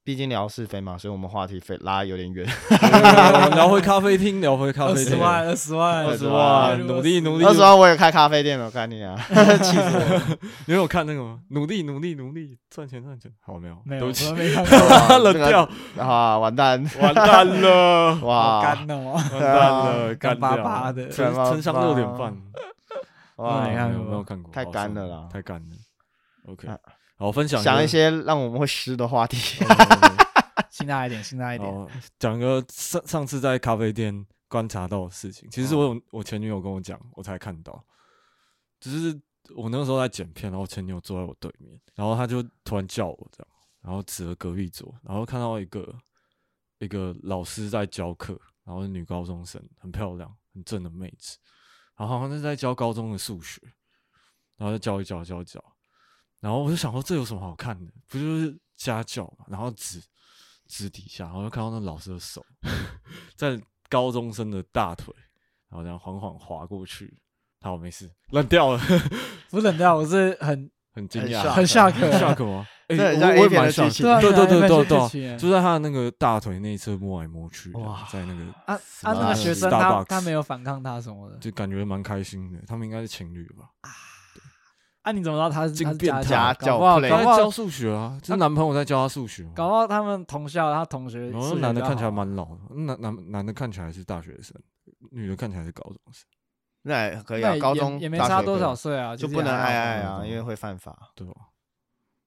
S1: 毕竟聊是非嘛，所以我们话题非拉有点远。
S2: [laughs] 我们聊回咖啡厅，聊回咖
S3: 二
S2: 啡
S3: 十
S2: 厅，
S3: 万，二十万，
S1: 二
S2: 二
S1: 十
S2: 十
S1: 万
S2: 万，努力努力。
S1: 二十，万我也开咖啡店了，我看你
S2: [laughs]
S1: 啊，气死 [laughs] 我了！
S2: [laughs] 你有看那个吗？努力努力努力，赚钱赚钱。好，没有，
S3: 没
S2: 对
S3: 有，
S2: 不
S3: 我
S1: [laughs]
S2: 起
S3: 都，没看
S1: 哇
S3: 过，
S2: 冷
S1: 那个
S2: 掉，
S1: 啊，完蛋，
S2: 完蛋了，
S1: [laughs]
S3: 好
S1: 哇
S3: 干的哦。 [laughs]
S2: 完蛋了，
S3: 干
S2: 干
S3: 巴
S2: 掉
S3: 巴的
S2: 撑
S1: 干巴
S2: 撑上
S1: 巴
S2: 六点半，
S1: 哇
S3: 没，看
S2: 哦没有
S3: 过
S2: 没有看过，
S1: 太
S2: 好
S1: 干
S2: 算
S1: 了啦
S2: 太干了。OK，
S1: 啊
S2: 好，分享
S1: 想
S2: 个
S1: 一，些让我们会湿的话题。
S3: 嗯辛辣一点，辛辣一点。
S2: 哦，讲个上上次在咖啡店观察到的事情，其实
S3: 嗯
S2: 我有我前女友跟我讲，我才看到，只是我那个时候在剪片，然后我前女友坐在我对面，然后她就突然叫我这样，然后指着隔壁桌，然后看到一个一个老师在教课，然后是女高中生，很漂亮，很正的妹子，然后好像是在教高中的数学，然后就教一教教一教，然后我就想说这有什么好看的？不就是家教嘛？然后指指底下，然后就看到那老师的手 [laughs] 在高中生的大腿，然后这样缓缓滑过去。好，没事，烂掉了， [laughs]
S3: 不是冷掉，我是很
S2: 很惊
S1: 很
S2: 讶，
S1: shock
S3: 很下课，
S2: 很 shock
S3: [laughs]
S2: 吗？哎、
S1: 这很像
S2: 我我
S1: A
S2: 也
S1: 片
S2: 蛮
S1: 的
S2: shock
S1: 剧情
S3: 对啊
S2: 对对
S3: 对
S2: 对对
S3: 啊蛮像剧
S2: 对
S3: 情
S2: 啊，
S3: 的
S2: 就在他的那个大腿内侧摸来摸去的，
S1: 哇
S2: 在那个
S3: 啊啊！
S2: 什么
S3: 那个学生他
S2: Starbucks
S3: 他没有反抗他什么的
S2: 就感觉蛮开心的。他们应该是情侣吧？
S3: 啊？你怎么知道他是
S2: 进
S3: 他是
S2: 变
S3: 家
S2: 态
S3: 教？
S1: 家教
S3: 搞不好
S1: play
S2: 他在
S3: 搞不
S2: 教
S3: 好
S2: 数学啊，就是男朋友在教他数学嘛。
S3: 搞不好他们同校，他同学
S2: 然后
S3: 数学
S2: 男的
S3: 比较
S2: 看起来
S3: 好
S2: 蛮老的，男男男的看起来是大学生，女的看起来是高中生，
S1: [laughs] 那也可以
S3: 那
S1: 啊，
S3: 也
S1: 高
S3: 也
S1: 中
S3: 也没
S1: 大学
S3: 差
S1: 可
S3: 多
S1: 以
S3: 少，岁啊，
S1: 就
S3: 其实
S1: 不能
S3: 也还好
S1: 爱爱啊，
S2: 嗯
S1: 因为会犯法。
S2: 对吧？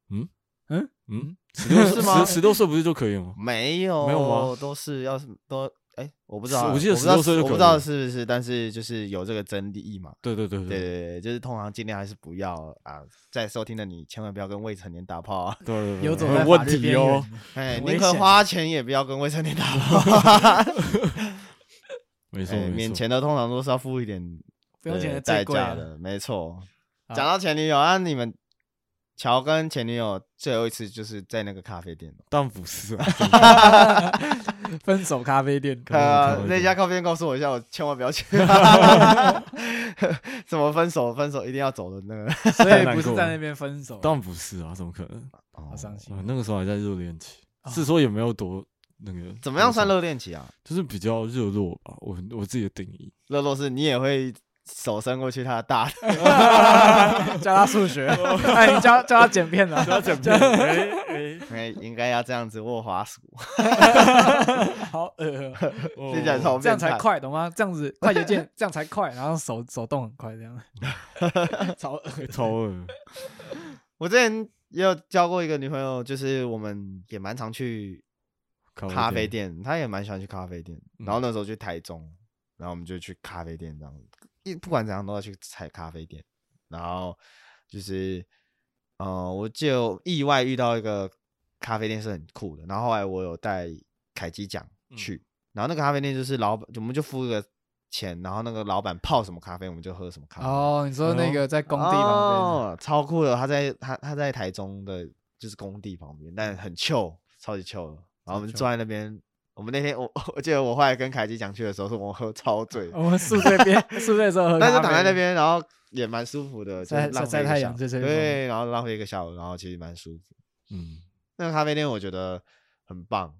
S2: 嗯
S3: 嗯
S2: 嗯， [laughs] 十六
S1: 是吗
S2: 十十六岁不是就可以了吗？
S1: 没有
S2: 没有吗
S1: 都是要是都哎，我不知道啊，
S2: 我记得
S1: 不知道
S2: 16岁就
S1: 我
S2: 可
S1: 不
S2: 以
S1: 知道
S2: 了
S1: 是不是，但是就是有这个争议嘛。
S2: 对对
S3: 嗯
S2: 对
S1: 对对对，就是通常尽量还是不要啊，在收听的你千万不要跟未成年打炮啊，
S2: 对对，
S3: 游走
S2: 会
S3: 在
S2: 有
S3: 法
S2: 问
S3: 律
S2: 题
S3: 边
S2: 哦
S3: 缘。。
S1: 哎，
S3: 很
S1: 宁
S3: 危
S1: 可
S3: 险
S1: 花钱也不要跟未成年打 [laughs] 炮。
S2: 没错
S1: 哎，
S2: 没
S1: 免
S2: 错 [laughs]
S1: 钱的通常都是要付一点
S3: 不用钱
S1: 呃
S3: 的
S1: 代
S3: 最贵
S1: 价
S3: 了，
S1: 的，没错。
S3: 好
S1: 讲到前女友啊，你们乔跟前女友最后一次就是在那个咖啡店。哦
S2: 但不是啊，
S3: 分手咖啡店。
S2: 可能可
S1: 呃
S2: 能，
S1: 那家咖啡店告诉我一下，我千万不
S3: [laughs]
S1: 要去。 [laughs] 怎么分手？分手一定要走的那个。
S3: 所以
S2: 太
S3: 不
S2: 难
S3: 是
S2: 过
S3: 在那
S2: 了
S3: 边分手，
S2: 但不是啊，怎么可能？
S1: [laughs] 哦
S3: 好伤心
S2: 啊，。那个时候还在热恋期
S3: 啊，
S2: 是说也没有多那个
S1: 怎么样算
S2: 多少，
S1: 热恋期啊？
S2: 就是比较热络吧。我我自己的定义，
S1: 热络是你也会手伸过去他的大腿，
S3: 教他数学，哎，你教教他剪片了，教他
S2: [laughs]
S3: 剪片，
S1: 哎应该要这样子握滑鼠，
S3: 哦好恶哦，
S1: 这讲超
S3: 这
S1: 变
S3: 样才
S1: 态。
S3: 快，懂吗？这样子快捷键，这样才快，然后手手动很快，这样超恶。
S2: 超恶，
S1: 我之前也有交过一个女朋友，就是我们也蛮常去咖啡店，她也蛮喜欢去咖啡店。
S2: 嗯
S1: 然后那时候去台中，然后我们就去咖啡店这样，一不管怎样都要去踩咖啡店。然后就是，呃，我就意外遇到一个咖啡店是很酷的。然嗯后后来我有带凯基奖去，然后那个咖啡店就是老板，我们就付一个钱，然后那个老板泡什么咖啡，我们就喝什么咖啡。
S3: 哦，你说那个在工地旁边，
S1: 哦，超酷的。他在他他在台中的，就是工地旁边，但很 chill，超级 chill 的。然后我们
S3: 嗯超 chill
S1: 坐在那边，我们那天我我记得我后来跟凯基讲去的时候，是我们喝超
S3: [laughs]
S1: 醉，
S3: 我们宿醉边宿醉的时候喝哦咖
S1: 但
S3: 啡，
S1: 是躺在那边，然后也蛮舒服的，就是
S3: 晒
S1: 浪费
S3: 晒
S1: 一个
S3: 太
S1: 下
S3: 阳
S1: 午
S3: 吹吹风
S1: 对，然后浪费一个下午，然后其实蛮舒服。
S2: 嗯，
S1: 那个咖啡店我觉得很棒，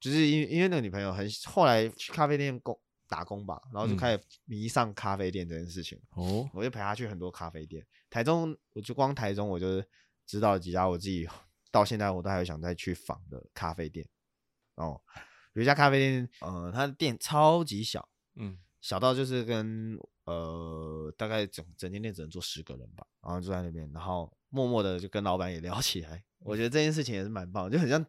S1: 就是因因为那个女朋友很后来去咖啡店工打工吧，然后就
S2: 嗯
S1: 开始迷上咖啡店这件事情。
S2: 哦，
S1: 我就陪他去很多咖啡店。台中，我就光台中，我就是知道几家我自己 [laughs] 到现在我都还有想再去访的咖啡店。哦，有一家咖啡店，呃，它的店超级小，
S2: 嗯，
S1: 小到就是跟呃，大概整整间店只能坐十个人吧，然后就在那边，然后默默的就跟老板也聊起来。我觉得这件事情也是蛮棒的，就很像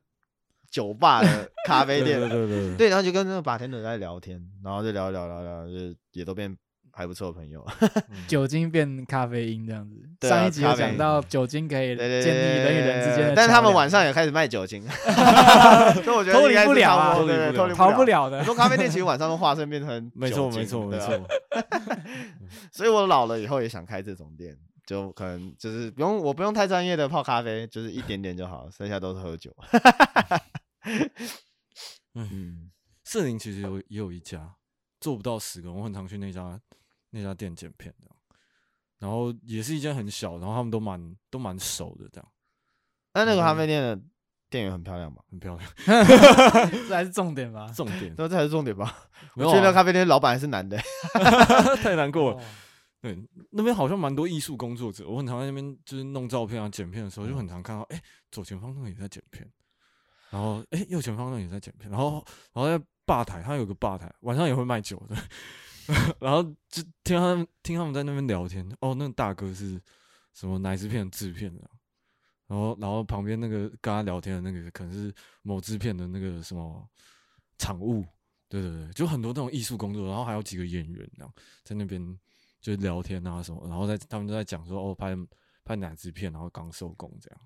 S1: 酒吧 [laughs] 的咖啡
S2: 对
S1: 店，
S2: 对对对，
S1: 对，然后就跟那个把天 r 在聊天，然后就聊一聊聊一聊，就也都变还不错的朋友。
S2: 嗯
S3: 酒精变咖啡因这样子。
S1: 对啊
S3: 上一集有
S1: 咖啡
S3: 讲
S1: 因
S3: 到酒精可以
S1: 对对
S3: 建
S1: 对，
S3: 立人与人之间的桥梁，
S1: 但是他们晚上也开始卖
S3: [laughs]
S1: 酒精，所以我觉得
S3: 脱
S1: 应
S3: 离
S1: 该是
S3: 不了啊
S1: 差多对对对
S2: 脱
S1: 脱
S2: 离
S1: 离
S3: 逃不
S1: 了。
S3: 了的
S1: 很。多咖啡店其实晚上都化身变成
S2: 没
S1: 酒
S2: 错
S1: 精
S2: 没错没
S1: 对啊
S2: 错，
S1: 所以我老了以后也想开这种店，就可能就是不用我不用太专业的泡咖啡，就是一点点就好，剩下都是喝
S3: [laughs]
S1: 酒。嗯，
S2: 士林其实有也有一家做不到十个人，我很常去那家那家店剪片这样，然后也是一间很小，然后他们都蛮都蛮熟的这样，
S1: 那那个咖啡店的店员很漂亮嘛？
S2: 很漂亮。
S3: [laughs] 这还是重点吧。
S2: 重点
S1: 那这才是重点
S3: [laughs]
S1: 吧？
S2: 没
S1: 去那
S2: 有、啊、
S1: 咖啡店老板还是男的，
S2: [laughs] 太难过了。
S3: 哦
S2: 对，那边好像蛮多艺术工作者，我很常在那边就是弄照片啊、剪片的时候，就很常看到，哎、左前方那个也在剪片，然后哎、右前方那个也在剪片，然后然后在吧台，他有个吧台，晚上也会卖酒的， [laughs] 然后就听他们听他们在那边聊天，哦，那个大哥是什么哪支片的制片的啊、然后然后旁边那个跟他聊天的那个可能是某制片的那个什么场务，对对对，就很多那种艺术工作，然后还有几个演员这样在那边就是聊天啊什么，然后在他们都在讲说哦拍拍哪支片，然后刚收工这样，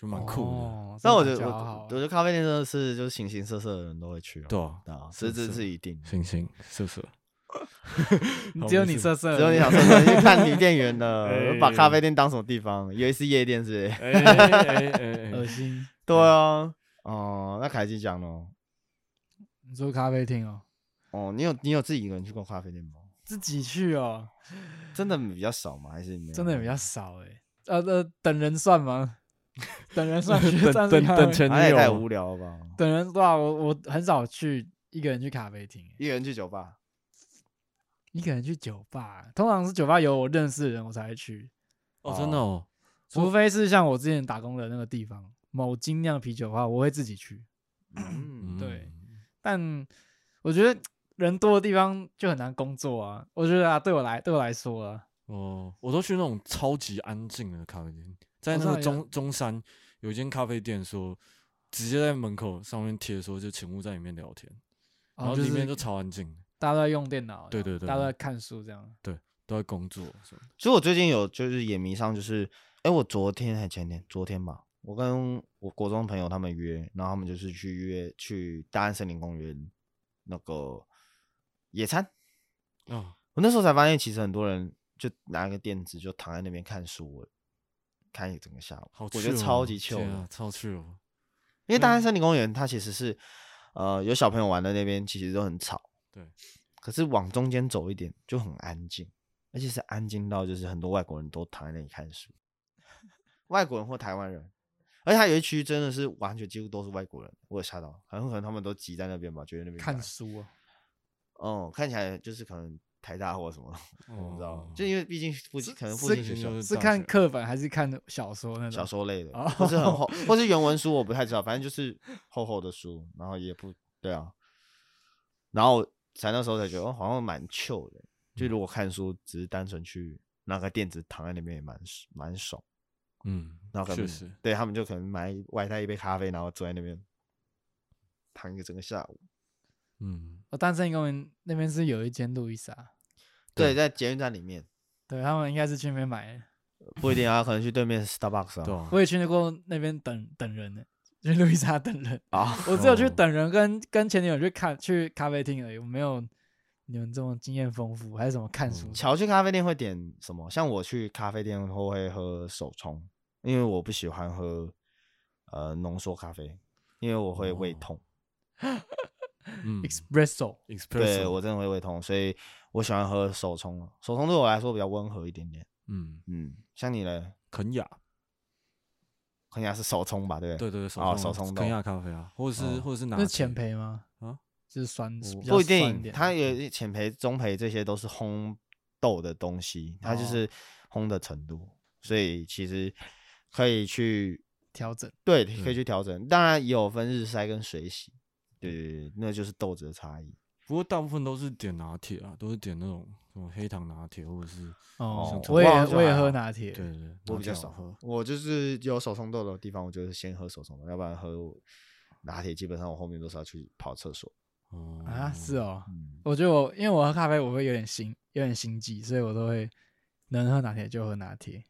S2: 就蛮酷的，
S3: 哦
S1: 但我觉
S3: 真的
S1: 得
S3: 蛮
S1: 我
S3: 骄傲
S1: 我觉得咖啡店真的是就是形形色色的人都会去啊。
S2: 对啊，
S1: 对啊，这这
S2: 是
S1: 是一定的。
S2: 星星色色，
S3: 只有你
S2: 色，
S3: 色色而已，
S1: 只有你想说你去看女店员
S2: 哎
S3: [laughs]
S1: 的，把咖啡店当什么地方？以为是夜店是不是？
S2: 哎哎哎
S3: 恶 [laughs]
S2: 哎，
S3: 心。
S1: 对啊，哦，那凯基讲喽，
S3: 你说咖啡厅哦，
S1: 哦，你有你有自己一个人去过咖啡店吗？
S3: 自己去哦，
S2: 嗯
S1: 真的比较少吗？还是没有
S3: 真的比较少哎。呃呃，等人
S2: [laughs]
S3: 算吗？等人算去，
S2: 等等等前
S3: 钱，
S1: 那
S2: 女
S1: 也太
S2: 友
S1: 无聊了吧？
S3: 等人对啊，我我很少去一个人去咖啡厅欸，
S1: 一个人去酒吧，
S3: 一个人去酒吧，通常是酒吧有我认识的人我才会去，
S2: 哦真的哦，
S3: 除非是像我之前打工的那个地方某精酿啤酒的话，我会自己去。
S1: 嗯，
S3: 对但我觉得人多的地方就很难工作啊。我觉得啊，对我来对我来说啊，
S2: 哦，我都去那种超级安静的咖啡店，在
S3: 我
S2: 那
S3: 知道
S2: 个
S3: 有
S2: 中中山有一间咖啡店说，直接在门口上面贴说就请勿在里面聊天，然
S3: 哦
S2: 后
S3: 就
S2: 里面
S3: 是
S2: 就超安静，
S3: 大家都在用电脑，
S2: 对对对
S3: 大家都在看书这样。
S2: 都在工作什么的。
S1: 所以我最近有就是也迷上，就是哎，我昨天还前天，昨天吧，我跟我国中朋友他们约，然后他们就是去约去大安森林公园那个野餐。
S2: 哦，
S1: 我那时候才发现，其实很多人就拿一个垫子就躺在那边看书了，看一整个下午，
S2: 好 chill 哦，
S1: 我觉得超级糗
S2: 对
S1: 的。
S2: 啊，超 chill 哦。
S1: 因为大安森林公园它其实是，呃，有小朋友玩的那边其实都很吵，
S2: 对。
S1: 可是往中间走一点就很安静，而且是安静到就是很多外国人都躺在那里看书，外国人或台湾人，而且它有一区真的是完全几乎都是外国人，我有吓到，很有可能他们都挤在那边吧，觉得那边
S3: 看
S1: 蛮
S3: 书啊，
S1: 哦，看起来就是可能台大或什么，我不知道
S2: 哦，
S1: 就因为毕竟附近可能附
S3: 是
S1: 近学校
S2: 就是大
S3: 看
S2: 学
S3: 课本还是看小说那种？
S1: 小说类的
S3: 哦，
S1: 或是很厚，或是原文书，我不太知道，反正就是厚厚的书，然后也不对啊，然后才那时候才觉得，哦，好像蛮 chill 的，就如果看书只是单纯去拿个垫子躺在那边也蛮蛮爽，
S2: 嗯
S1: 然，后可
S2: 确
S1: 能
S2: 实，
S1: 对他们就可能买外带一杯咖啡，然后坐在那边躺一个整个下午，
S2: 嗯，
S3: 哦，单身公园那边是有一间路易莎，
S2: 对
S1: 对，在捷运站里面
S3: 对他们应该是去那边买的。
S1: 不一定啊，可能去对面 Starbucks
S2: 对
S1: 啊，
S2: 啊，
S3: 我也去那过那边等等人呢，去路易莎等人。
S1: 啊，
S3: 我只有去
S2: 哦
S3: 等人跟跟前女友去看去咖啡厅而已，我没有你们这么经验丰富，还是什么看书？
S1: 乔去咖啡店会点什么？像我去咖啡店后会喝手冲，因为我不喜欢喝呃浓缩咖啡，因为我会胃
S2: 哦
S1: 痛。
S2: 嗯
S3: espresso，
S1: 对
S2: express，哦
S1: 我真的会胃痛，所以我喜欢喝手冲。手冲对我来说比较温和一点点。
S2: 嗯，
S1: 嗯，像你嘞，
S2: 肯雅，
S1: 肯定是手冲吧？对不
S2: 对
S1: 对？
S2: 对对，手
S1: 哦手
S2: 冲
S1: 冲豆
S2: 肯雅咖啡啊，或者是
S1: 哦
S2: 或者是拿
S3: 那是浅
S2: 铁
S3: 焙吗？
S2: 啊，
S3: 就是酸，
S2: 我
S3: 比较
S1: 不一
S3: 酸
S1: 定，
S3: 点嗯
S1: 它有浅焙、中焙这些都是烘豆的东西，它就
S3: 哦
S1: 是烘的程度，所以其实可以去
S3: 调整。
S1: 对，
S2: 嗯
S1: 可以去调整。当然也有分日晒跟水洗，对对
S2: 嗯
S1: 对，那就是豆子的差异。
S2: 不过大部分都是点拿铁啊，都是点那种什么黑糖拿铁，或者是
S3: 哦
S2: 像，啊
S3: 我也
S1: 我好像
S3: 我也
S1: 还
S3: 喝
S1: 好
S3: 拿铁
S2: 对，对对，
S1: 我
S2: 拿
S1: 比较
S2: 铁好
S1: 少
S2: 喝。
S1: 我就是有手冲豆的地方，我就是先喝手冲豆，要不然喝拿铁，基本上我后面都是要去跑厕所。
S2: 哦
S3: 啊，是哦。
S1: 嗯，
S3: 我觉得我因为我喝咖啡，我会有点心有点心悸，所以我都会能喝拿铁就喝拿铁，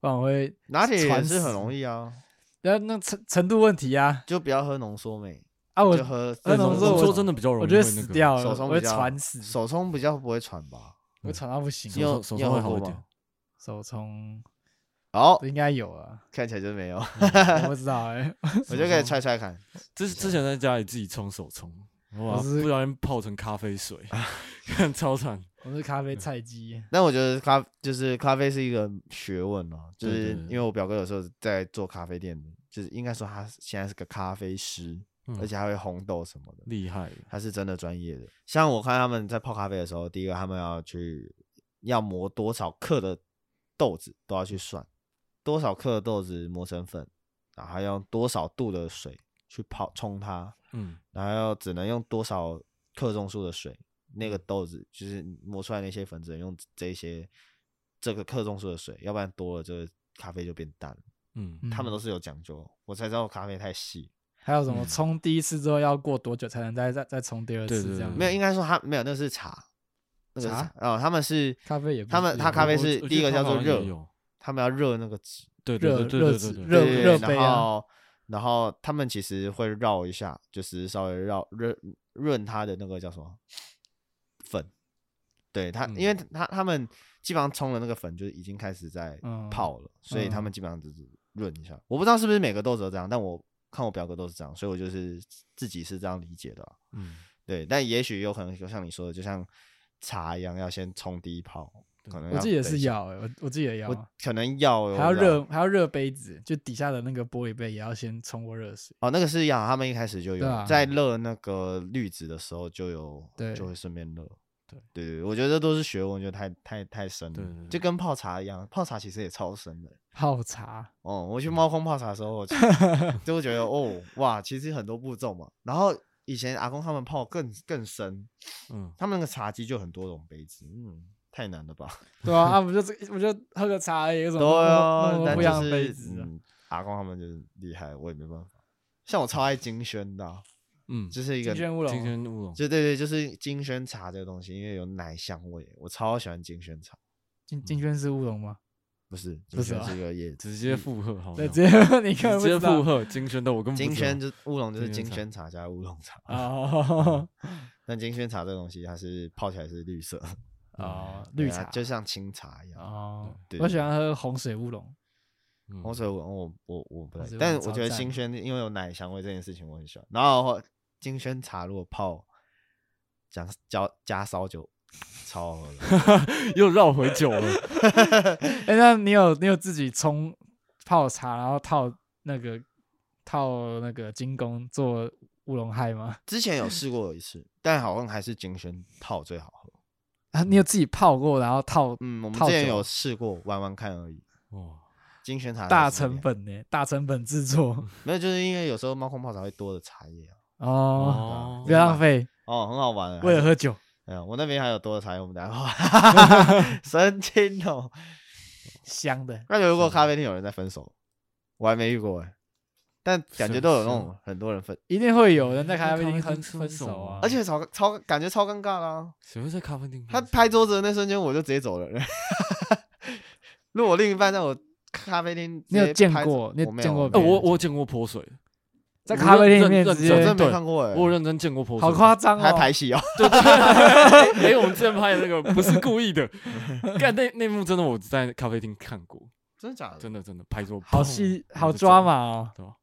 S3: 不然我会
S1: 拿铁也
S3: 传
S1: 是
S3: 死
S1: 很容易啊，
S3: 然后那程程度问题啊
S1: 就不要喝浓缩美
S3: 啊我
S1: 就喝
S2: 那
S3: 那种
S2: 种
S3: 是我
S2: 说真的比较容易，
S3: 我觉得死掉了，
S1: 手
S3: 我
S1: 冲
S3: 会
S1: 比较
S3: 喘死，
S1: 手冲比较不会喘吧？
S3: 我会喘到不行。
S1: 你有
S2: 手
S1: 你有
S2: 冲会
S1: 喝
S2: 好
S1: 过
S2: 一点
S1: 吗
S3: 手冲
S1: 哦，
S3: 应该有
S1: [laughs]
S3: 啊，
S1: 看起来就没
S3: [laughs]
S1: 有，
S3: 我不知道哎、
S1: 我就可以揣揣看。
S2: 之之前在家里自己冲手冲，哇，
S3: [laughs] 我是
S2: 不小心泡成咖啡水，
S1: 啊
S2: 看 [laughs] 超惨。
S3: [laughs] 我是咖啡
S1: 嗯
S3: 菜鸡，
S1: 但我觉得咖就是咖啡是一个学问啊，就
S2: 对
S1: 是
S2: 对
S1: 因为我表哥有时候在做咖啡店的，就是应该说他现在是个咖啡师，
S2: 嗯
S1: 而且还会烘豆什么的，
S2: 厉害，
S1: 他是真的专业的。像我看他们在泡咖啡的时候，第一个他们要去要磨多少克的豆子都要去算，多少克的豆子磨成粉，然后还用多少度的水去泡冲它，
S2: 嗯，
S1: 然后要只能用多少克重数的水，那
S2: 嗯
S1: 个豆子就是磨出来那些粉，只能用这些这个克重数的水，要不然多了这个咖啡就变淡了。
S2: 嗯，
S1: 他们
S3: 都
S1: 都是有讲究，我才知道咖啡太细，
S3: 还有什么
S2: 嗯
S3: 冲第一次之后要过多久才能再再再冲第二
S2: 对
S3: 次
S2: 对
S3: 这样？
S2: 对
S1: 没有，应该说他没有，那是茶，那个是
S3: 茶
S1: 茶哦，他们是
S3: 咖啡也不
S1: 他们
S3: 是
S1: 他咖啡是
S2: 我我
S1: 第一个
S2: 我觉
S1: 叫
S2: 得
S1: 做
S2: 他好像也
S1: 热
S2: 有
S1: 他们要热那个纸，
S2: 对对
S3: 热
S2: 对对
S3: 热
S2: 对
S3: 纸
S2: 对对
S3: 热
S1: 对
S3: 热杯
S1: 然
S3: 啊
S1: 后然后他们其实会绕一下，就是稍微绕润润它的那个叫什么粉，对它，因为它他们基本上冲的那个粉就已经开始在
S3: 嗯
S1: 泡了，所以他
S3: 嗯
S1: 们基本上只是润一下。我不知道是不是每个豆子都这样，但我看我表哥都是这样，所以我就是自己是这样理解的啊、
S2: 嗯，
S1: 对，但也许有可能就像你说的，就像茶一样，要先冲第一泡，可能
S3: 我
S1: 要
S3: 自己也
S1: 等
S3: 是
S1: 一下，
S3: 要、欸，我我自己也要，
S1: 我可能要哦
S3: 还要
S1: 我知道
S3: 热还要热杯子，就底下的那个玻璃杯也要先冲过热水。
S1: 哦，那个是要他们一开始就有、
S3: 对啊
S1: 在热那个滤纸的时候就有，
S3: 对
S1: 就会顺便热。
S2: 对
S1: 对对，我觉得这都是学问，我觉得太太太深了，
S2: 对对对
S1: 就跟泡茶一样，泡茶其实也超深的。
S3: 泡茶，
S1: 哦，我
S2: 嗯
S1: 去猫空泡茶的时候，我
S3: [laughs]
S1: 就就会觉得哦哇，其实很多步骤嘛。然后以前阿公他们泡更更深，
S2: 嗯，
S1: 他们那个茶几就很多种杯子，嗯，太难了吧？
S3: 对啊，啊，不就这，不就喝个茶而已，有什么
S1: [laughs] 对
S3: 啊那么
S1: 哦
S3: 那，么
S1: 但
S3: 不一样的杯
S1: 就是
S3: 子啊？
S1: 嗯，阿公他们就是厉害，我也没办法。像我超爱金萱的啊、
S2: 嗯，
S1: 就是一个
S3: 金萱乌
S2: 金
S3: 龙，啊
S2: 萱乌龙，
S1: 就对对，就是金萱茶这个东西，因为有奶香味，我超喜欢金萱茶。
S3: 金金萱是乌龙吗？
S1: 不是，
S3: [laughs]
S1: 金
S3: 不是
S1: 萱
S3: 啊
S1: 是一个叶子，
S2: 直接附和，好
S3: 对，
S2: 像，
S3: 直接你根
S2: 直
S3: 本不知
S2: 接附
S3: 道
S2: 和金萱的，我根本不
S1: 金
S2: 知道
S1: 萱就乌龙就是
S2: 金
S1: 金
S2: 萱
S1: 萱茶加乌龙茶。
S3: [laughs] 哦
S1: 但金萱茶这个东西，它是泡起来是绿色，
S3: 哦，
S1: 嗯对
S3: [laughs] 绿
S1: 它
S3: 茶
S1: 就像清茶一样。
S3: 哦，
S1: 对
S3: 我喜欢喝红水乌龙，
S2: 嗯
S1: 红水哦我我我我不
S3: 红
S1: 太
S3: 水，
S1: 但
S3: 乌龙
S1: 我觉得
S3: 超赞
S1: 金萱因为有奶香味这件事情我很喜欢。然后金萱茶如果泡加加加烧酒，超好喝的。
S2: [laughs] 又绕回酒了，
S3: 哎，那你有你有自己冲泡茶，然后套那个套那个精工做乌龙嗨吗？ [laughs]
S1: 之前有试过有一次，但好像还是金萱泡最好喝。
S3: 啊，你有自己泡过，然后套
S1: 嗯，我们
S3: 泡
S1: 之前
S3: 酒
S1: 有试过玩玩看而已。
S2: 哇，
S1: 金萱茶
S3: 大
S1: 还是有
S3: 成
S1: 点
S3: 本呢，大成本制作
S1: 没有，就是因为有时候猫空泡茶会多的茶叶啊，
S3: 哦，
S2: 哦
S3: 不要浪费，
S1: 哦，很好玩啊。
S3: 为了
S1: 还是，
S3: 喝酒。
S1: 嗯，我那边还有多的茶叶，我们等一下泡。 [laughs] 神经哦！
S3: 香的，
S1: 那就如果咖啡厅有人在分手，我还没遇过哎，但感觉
S2: 是
S1: 都有那
S2: 是
S1: 种很多人分，
S3: 一定会有人在咖啡
S2: 咖啡
S3: 厅分
S2: 厅分
S3: 分
S2: 手
S3: 手啊
S2: 啊，
S1: 而且超超感觉超尴尬啦、
S2: 谁会在咖啡厅？哎
S1: 他拍桌子的那瞬间，我就直接走了。 [laughs] 如果我另一半在我咖啡厅，
S3: 你有见过你有见过
S2: 呃，
S3: 别人
S2: 我我见过泼水，
S3: 在咖啡厅里面
S2: 认
S3: 直接
S2: 认
S1: 我
S2: 认
S1: 真
S2: 真
S1: 没
S2: 对
S1: 看过哎、
S2: 我有认真见过破，
S3: 好夸张
S1: 还
S3: 哦！
S1: 排戏哦，
S2: [laughs] 哎、我们之前拍的那个不是故意
S3: [laughs]
S2: 的，干那那幕真的我在咖啡厅看过，
S1: 真的假的？
S2: 真的真的拍桌
S3: 好
S2: 砰
S3: 戏，
S1: 嗯
S2: 然后
S3: 好
S2: 就
S3: 抓
S2: 走了，
S3: 马哦，
S2: 对啊吧？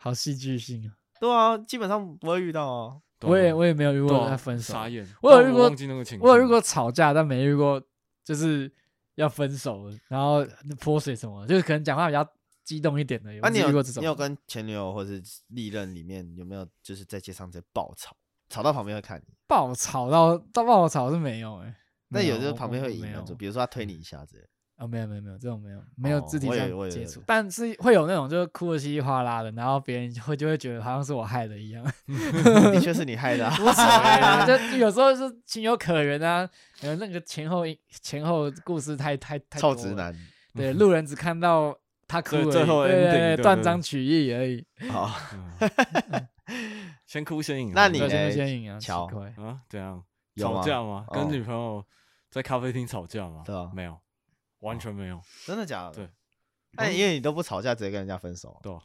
S3: 好戏剧性啊！
S1: 对啊，基本上不会遇到啊。
S2: 对啊
S3: 我也我也没有遇
S2: 对
S3: 过
S2: 啊
S3: 在分手，
S2: 傻眼，
S3: 我有
S2: 但
S3: 遇过
S2: 忘记那个情，
S3: 我有遇过，吵架，但没遇过就是要分手了，然后泼水什么的，就是可能讲话比较激动一点的。
S1: 啊，
S3: 我
S1: 你
S3: 只
S1: 有
S3: 遇过这种？
S1: 你有跟前女友或是历任里面有没有就是在街上直接爆吵，吵到旁边会看你？
S3: 爆吵到到爆吵是没有哎，
S1: 那
S3: 没
S1: 有就是
S3: 我
S1: 旁边
S3: 我
S1: 会
S3: 我
S1: 引
S3: 没有
S1: 那种，比如说他推你一下子，
S3: [laughs] 哦，没有没有没有这种没有没有
S1: 哦
S3: 肢体
S1: 我以
S3: 上
S1: 为我以
S3: 接
S1: 为
S3: 触，但是会有那种就是哭的稀里哗啦的，然后别人会就会觉得好像是我害的一样，
S1: 的确是你害的、啊。
S3: 不是我害的
S1: [laughs]
S3: 啊， [laughs] 就有时候是情有可原啊，呃，那个前后因前后故事太太太
S1: 臭
S3: 多
S1: 直
S3: 了，
S1: 男。
S3: 对，路人只看到他哭而
S2: 最
S3: 已，
S2: 最后
S3: 对
S2: ending，
S3: 对
S2: 对
S3: 断
S2: 对
S3: 章取义而已， [laughs]
S1: 好，
S2: 嗯先哭先赢啊。
S1: 那你
S3: 对
S1: 嘞
S3: 先不先赢啊，奇
S1: 乔
S2: [laughs]
S3: 怪，
S2: 啊？怎样？
S1: 有
S2: 吵
S1: 吗
S2: 架吗？
S1: 哦
S2: 跟女朋友在咖啡厅吵架吗？
S1: 对啊
S2: 没有，完
S1: [laughs]
S2: 全没有。
S1: 真的假的？
S2: 对。
S1: 那因为你都不吵架，直接跟人家分手，
S2: 对啊，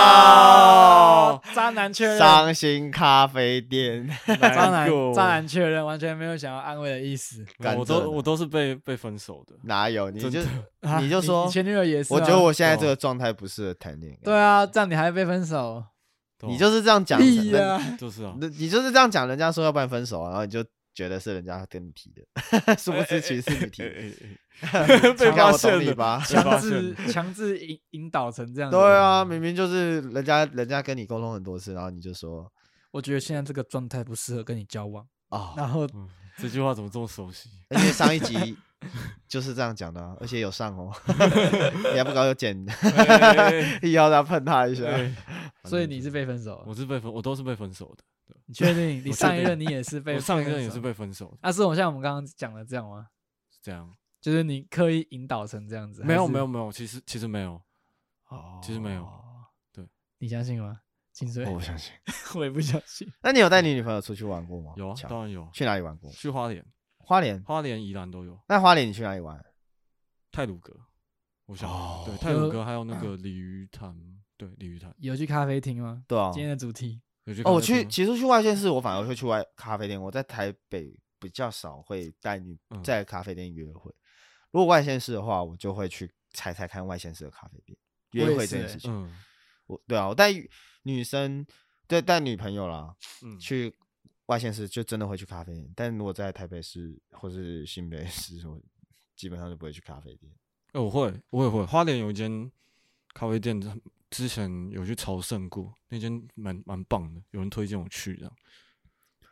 S3: 啊，渣男确认，渣
S1: 伤心咖啡店。 [laughs]
S3: 男
S2: 难过
S3: 哎渣男确认，完全没有想要安慰的意思。
S2: 没有我
S1: 感真
S2: 都
S1: 的
S2: 我都是被被分手的。
S1: 哪有？你
S2: 真
S1: 就
S2: 的
S3: 啊
S1: 你就说
S3: 你前女友也是吗，啊
S1: 我觉得我现在这个状态不适合谈恋爱。
S3: 对啊，这样你还会被
S2: [laughs]
S3: 分手，
S2: 对啊
S1: 你就是这样讲，
S3: 屁
S1: 人
S3: 呀！
S2: [laughs] 就是啊，
S1: 那你就是这样讲，人家说要不然分手啊，然后你就觉得是人家跟你提的， [laughs] 殊
S3: 哎
S1: 不知其实是你
S2: 哎
S1: 提的。
S2: 被
S1: [laughs] 看
S2: 发
S1: 我
S2: 现
S1: 懂你
S2: 了？
S1: 吧？
S2: 被发
S3: 强
S2: 现
S3: 制
S2: 了
S3: 强制引引导成这
S1: [laughs]
S3: 样。
S1: 对，啊，明明就是人家人家跟你沟通很多次，然后你就说
S3: 我觉得现在这个状态不适合跟你交往。
S1: 啊，
S3: 然后
S2: 嗯这句话怎么这么熟悉？
S1: [laughs] 而且上一集就是这样讲的啊，而且有上哦， [laughs] 你还不搞有剪， [laughs]
S2: 哎
S1: 一要他碰他一下。
S2: 对，
S3: 所以你是被分手了，
S2: 哎我是被分，我都是被分手的。
S3: 你确定？你
S2: 我
S3: 上
S2: 确
S3: 一
S2: 定
S3: 任你也是
S2: [laughs]
S3: 被
S2: 我上一任也是
S3: 分手。啊
S2: 被分手的，
S3: 那是我像我们刚刚讲的这样吗？
S2: 是这样。
S3: 就是你刻意引导成这样子？
S2: 没有
S3: 还是
S2: 没有，没有，其实其实没有，其实没有。对，
S3: 哦你相信吗？金水，
S1: 我
S2: 哦
S1: 不相信。
S3: [laughs] 我也不相信。
S1: 那你有带你女朋友出去玩过吗？
S2: 有啊，
S1: 强
S2: 当然有啊。
S1: 去哪里玩过？
S2: 去花莲，
S1: 花莲。
S2: 花莲、宜兰都有。
S1: 那花莲你去哪里玩？
S2: 泰鲁阁，我想、
S1: 哦
S2: 对泰鲁
S3: 就
S2: 阁还有那个鲤鱼潭，对鲤鱼潭
S3: 有去咖啡厅吗？
S1: 对啊，
S3: 今天的主题
S2: 有去看
S1: 哦，我
S2: 那
S1: 去，
S2: 个
S1: 其实去外县市，我反而会去外咖啡店。我在台北比较少会带女
S2: 嗯
S1: 在咖啡店约会。如果外县市的话，我就会去踩踩看外县市的咖啡店约
S3: 我也
S1: 会
S3: 是
S1: 这件
S3: 欸
S1: 事情。
S2: 嗯
S1: 我对啊，我带女生，对带女朋友啦，
S2: 嗯
S1: 去外县市就真的会去咖啡店。但如果在台北市或是新北市，我基本上就不会去咖啡店。
S2: 哎、我会，我也会。花莲有一间咖啡店，之前有去朝圣过，那间蛮蛮棒的，有人推荐我去这样。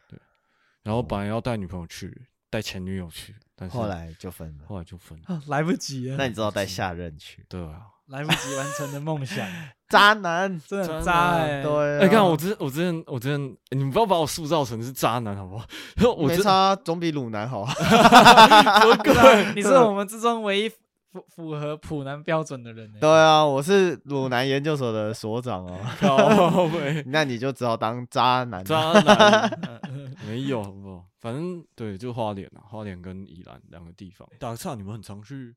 S2: 对，然后本来要带女朋友去，带前女友去，但是
S1: 后来就分了。
S2: 后来就分了。
S3: 啊，来不及
S1: 那
S3: 了，
S1: 你知道带下任去？
S2: 对啊，
S3: 来不及完成的梦想，
S1: 渣男，
S3: 真的很
S2: 真的
S3: 渣哎、
S1: 对啊。
S2: 哎、看我之我之前我之前，你们不要把我塑造成是渣男好不好？ [laughs] 我
S1: 没
S2: 真
S1: 差，啊总比鲁男好。
S3: [laughs] 不是啊你是我们之中唯一符符合普男标准的人、欸。
S1: 对啊，我是鲁南研究所的所长哦， [laughs]
S2: 靠北
S1: 那你就只好当渣男。
S2: [laughs]
S1: [laughs]
S2: 渣男 [laughs] 没有，好不好？反正对，就花莲啊，花莲跟宜兰两个地方。打个岔，你们很常去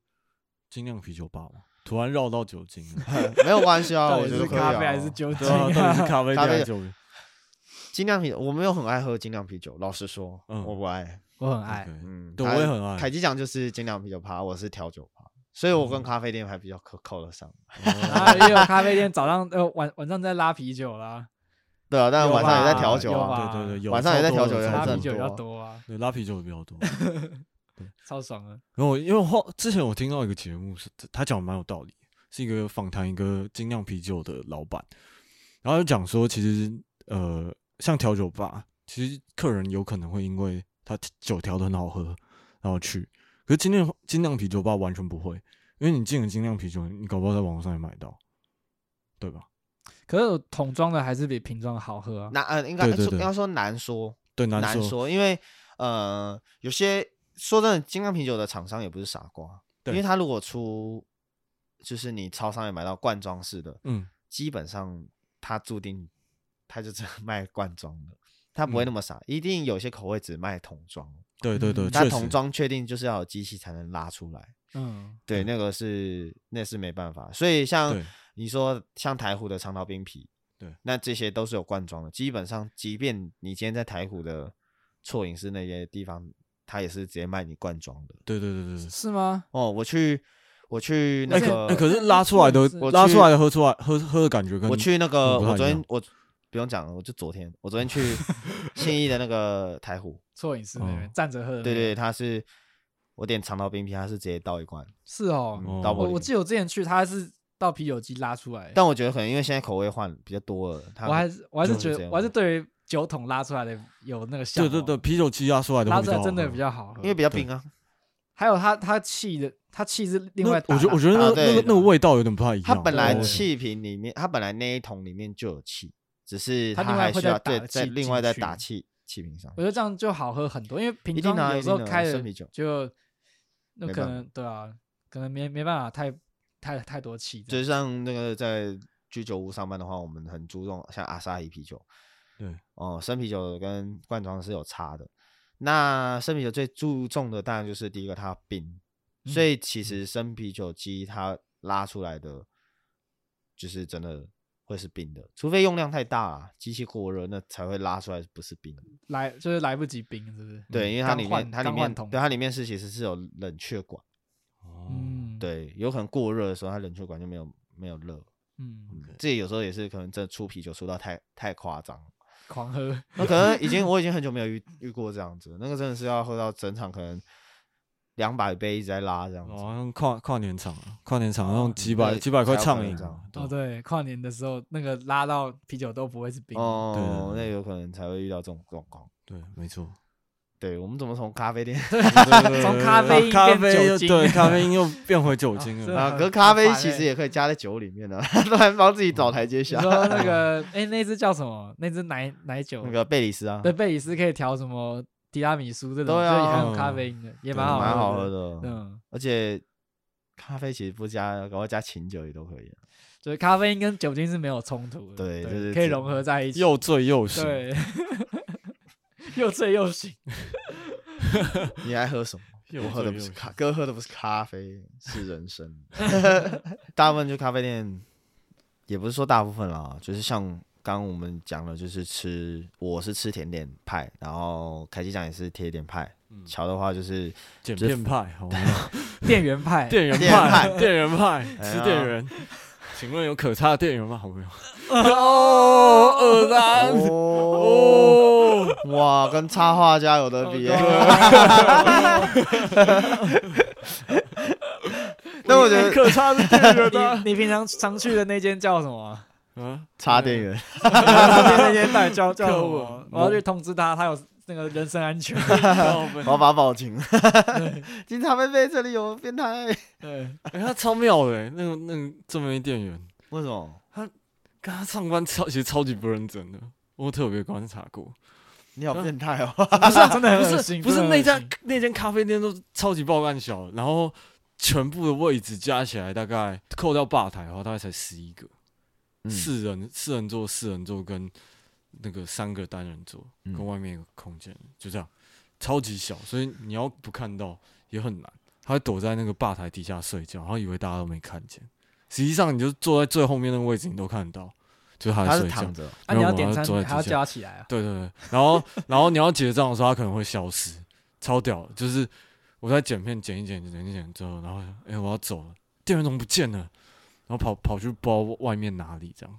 S2: 精酿啤酒吧吗？突然绕到酒精
S1: [laughs]
S2: 了，
S1: 没有关
S2: [laughs]
S1: 系啊，
S3: 到
S1: 我
S3: 底
S1: 觉
S3: 是
S1: 得可以
S3: 咖啡还
S1: 啊
S3: 是。酒精、
S2: 对啊，到底是
S3: 啊？
S2: 咖啡
S1: 咖啡
S2: 店还是酒精？
S1: 精酿啤酒，我没有很爱喝精酿啤酒，老实说，
S2: 嗯
S1: 我不爱。
S3: 我很爱，
S2: OK，
S1: 嗯，
S2: 对，
S1: 台
S2: 我也很爱。
S1: 凯基讲就是精酿啤酒趴，我是调酒趴，所以我
S2: 嗯
S1: 跟咖啡店还比较可扣得上。
S3: 然后也有咖啡店早上呃晚晚上在拉啤酒啦，
S1: 对啊，但 [laughs]
S3: 有
S1: 晚上也在
S3: 吧
S1: 调酒
S3: 有吧
S1: 啊。
S2: 对对对，有
S1: 晚上也在调酒
S2: 超多的
S1: 还
S3: 拉
S2: 超
S1: 是
S3: 啤
S1: 很
S2: 多的
S3: 酒比较
S1: 多
S3: 多啊，
S2: 对，拉啤酒的比较多。
S3: 超爽啊！
S2: 然后因为后之前我听到一个节目是，他讲的蛮有道理，是一个访谈一个精酿啤酒的老板，然后就讲说，其实呃，像调酒吧，其实客人有可能会因为他酒调的很好喝，然后去，可是精酿精酿啤酒吧完全不会，因为你进了精酿啤酒，你搞不好在网上也买到，对吧？
S3: 可是我桶装的还是比瓶装的好喝啊。
S1: 难呃，应该
S2: 对对
S1: 说
S2: 对
S1: 应该说难说，
S2: 对，难
S1: 难
S2: 说，
S1: 说，因为呃，有些说真的，精酿啤酒的厂商也不是傻瓜，因
S2: 对
S1: 为他如果出，就是你超商也买到罐装式的，
S2: 嗯，
S1: 基本上他注定他就只 [laughs] 卖罐装的，他不会那
S2: 嗯
S1: 么傻，一定有些口味只卖桶装，
S2: 对对对，
S3: 嗯
S1: 那
S2: 呃确
S1: 桶
S2: 实，
S1: 装确定就是要有机器才能拉出来，
S3: 嗯，
S1: 对，那个是那是没办法，所以像
S2: 对
S1: 你说像台虎的长岛冰啤，
S2: 对，
S1: 那这些都是有灌装的。基本上，即便你今天在台虎的错影视那些地方，它也是直接卖你灌装的。
S2: 对对对对对。
S3: 是吗？
S1: 哦，我去，我去那
S3: 而且
S1: 个，
S2: 哎，可是拉出来的
S3: 我
S2: 拉
S1: 去
S2: 出来的喝出来喝喝的感觉跟
S1: 我去那个，
S2: 嗯不太
S1: 我昨天
S2: 一样
S1: 我不用讲了，我就昨天，我昨
S2: [laughs]
S1: 天去信义的那个台虎，
S3: 错饮食那边
S2: 哦
S3: 站着喝的，
S1: 对对，，它是我点长岛冰啤，它是直接倒一罐，
S3: 是哦。
S1: 嗯
S2: 哦
S1: 倒
S3: 我
S1: 玻
S3: 我
S1: 璃。
S3: 记得我之前去，他是倒啤酒机拉出来，
S1: 但我觉得可能因为现在口味换比较多了，它
S3: 我还是我还是
S1: 就是
S3: 觉
S1: 这
S3: 得
S1: 样啊
S3: 我还是对于酒桶拉出来的有那个向
S2: 对
S3: 往，
S2: 对对，，啤酒机拉出来的会
S3: 哦拉出来真的
S2: 好
S3: 比较好喝，
S1: 因为比较冰啊，
S3: 还有它它气的，它气是另外
S2: 那我
S3: 打的，
S2: 觉得我觉得那
S1: 啊
S2: 个那
S1: 对
S2: 个那个味道有点不太一样。哦
S1: 它本来
S2: 对
S1: 气瓶里面，它本来那一桶里面就有气，只是
S3: 它另外
S1: 还需
S3: 会再
S1: 要
S3: 打
S1: 对
S3: 气
S1: 再另
S3: 进
S1: 外再
S3: 去
S1: 打气气瓶上
S3: 我。觉得这样就好喝很多，因为瓶
S1: 一定
S3: 装
S1: 的啊
S3: 有
S1: 一
S3: 时候
S1: 定的
S3: 开
S1: 生
S3: 的
S1: 啤酒
S3: 就那
S1: 没
S3: 可
S1: 办法
S3: 能对啊，可能没没办法太太太多气这
S1: 就
S3: 样，
S1: 是像那个在居酒屋上班的话，我们很注重像阿萨伊啤酒，
S2: 对，
S1: 哦，生啤酒跟罐装是有差的。那生啤酒最注重的当然就是第一个它要冰，
S3: 嗯
S1: 所以其实生啤酒机它拉出来的就是真的会是冰的，除非用量太大了，机器过热那才会拉出来不是冰的。
S3: 来就是来不及冰，是不是？
S1: 对，因为它
S3: 嗯刚
S1: 里面
S3: 换
S1: 它里
S3: 刚换
S1: 面
S3: 桶
S1: 对它里面是其实是有冷却管，
S2: 哦
S3: 嗯，，
S1: 对，有可能过热的时候它冷却管就没有没有热。
S3: 嗯，
S1: 这有时候也是可能真的出啤酒出到太太夸
S3: [laughs]
S1: 张了，
S3: 狂喝，哦
S1: 那可能已经我已经很久没有遇遇过这样子了，那个真的是要喝到整场可能两百杯一直在拉这样
S3: 哦
S1: 子，
S2: 哦好像跨跨年场啊，跨年场那种几百
S1: 对
S2: 几百块
S1: 才有
S2: 畅
S1: 可能
S2: 饮
S1: 这
S2: 啊
S1: 样，
S3: 哦，对，跨年的时候那个拉到啤酒都不会是冰的，
S1: 哦，
S2: 对
S1: 那有可能才会遇到这种状况。
S2: 对，
S1: [laughs]
S2: 没错。
S1: 对我们怎么从咖
S3: [laughs]
S1: 啡店
S3: 从咖啡因
S2: 啊咖
S3: 变
S2: 啡
S3: 酒
S2: 又
S3: 精 [laughs]
S2: 对，咖啡因又变回酒精
S3: 真
S2: 了
S3: 的。
S1: 啊？ [laughs]
S3: [laughs] 很
S1: 可是咖
S3: 很
S1: 啡
S3: 烦
S1: 其实
S3: 欸嗯
S1: 也可以加在酒里 [laughs] 面的，突然帮自己找台阶
S3: 你
S1: 下。
S3: 说那个 [laughs] 哎，那只叫什么？那只奶奶酒
S1: 那，个贝里斯啊，
S3: 对，贝里斯可以调什么提拉米苏这种，
S1: 对
S3: 就
S1: 啊
S3: 也很有咖啡因的，也
S1: 对
S3: 蛮好，
S1: 蛮好喝
S3: 的。
S1: 的，
S3: 嗯，
S1: 而且咖啡其实不加，搞不好加琴酒也都可以啊。
S3: 就是咖啡因跟酒精是没有冲突的，
S1: 对就是
S3: 可以
S1: 只
S3: 融合在一起，
S2: 又醉又醒，
S3: 对， [laughs] 又醉又醒，
S1: 你爱喝什么？
S2: 又
S1: 我喝的
S2: 醉
S1: 不
S2: 又
S1: 是
S2: 醒。
S1: 咖，哥喝的不是咖啡，是人
S2: [laughs]
S1: 生。大部分就咖啡店，也不是说大部分啦，就是像刚刚我们讲的，就是吃，我是吃甜点派，然后凯西酱也是甜点派，
S2: 嗯
S1: 乔的话就是
S2: 剪片派，好吗？
S1: [laughs]
S3: 店员派，
S2: 店员派，店员派，
S1: 哎
S2: 吃
S1: 呀
S2: 店员。请问有可差的店员吗？好朋友。哦，二三
S1: 哦，
S2: 哦，
S1: 哇，跟插画家有得比耶。
S3: [laughs]
S2: 啊
S1: 那我觉得
S2: 可差的店员呢？
S3: 你你平常常去的那间叫什么啊？
S2: 啊，
S1: 插店员，
S3: [laughs] 那间到底叫叫什
S2: 客
S3: 么
S2: 户？
S3: 我要去通知他，他有那个人身安全。
S1: [laughs]
S2: 靠北
S1: 我要把他报警， [laughs] 警察贝贝，这里有变态。 [laughs]
S3: 对，
S2: [laughs] 哎，他超妙的欸，那个那个这么一店员，
S1: 为什么？
S2: 跟他上班超其实超级不认真的，我特别观察过。
S1: 你好变态哦！
S3: [laughs] 不是啊真的很
S2: 不
S3: 恶
S2: 是
S3: 心，
S2: 不是
S3: 真的
S2: 那
S3: 很
S2: 家
S3: 恶心
S2: 那间咖啡店都超级爆干小，然后全部的位置加起来大概扣掉吧台的话，大概才十一个，
S1: 嗯
S2: 四人四人座四人座跟那个三个单人座
S1: 嗯
S2: 跟外面一个空间，就这样，超级小，所以你要不看到也很难。他会躲在那个吧台底下睡觉，然后以为大家都没看见，实际上你就坐在最后面那个位置，你都看得到，就是他
S1: 他
S2: 在
S1: 是
S2: 睡觉
S1: 躺。着，
S3: 啊，你
S2: 没
S3: 要
S2: 有
S3: 点
S2: 我
S3: 餐
S2: 要坐在，
S3: 还要
S2: 底下
S3: 叫他起来啊。
S2: 对对对，然后 [laughs] 然后你要结账的时候，它可能会消失，超屌的。就是我在剪片剪一剪剪一剪之后，然后哎、诶我要走了，店员怎么不见了？然后跑跑去不知道外面哪里，这样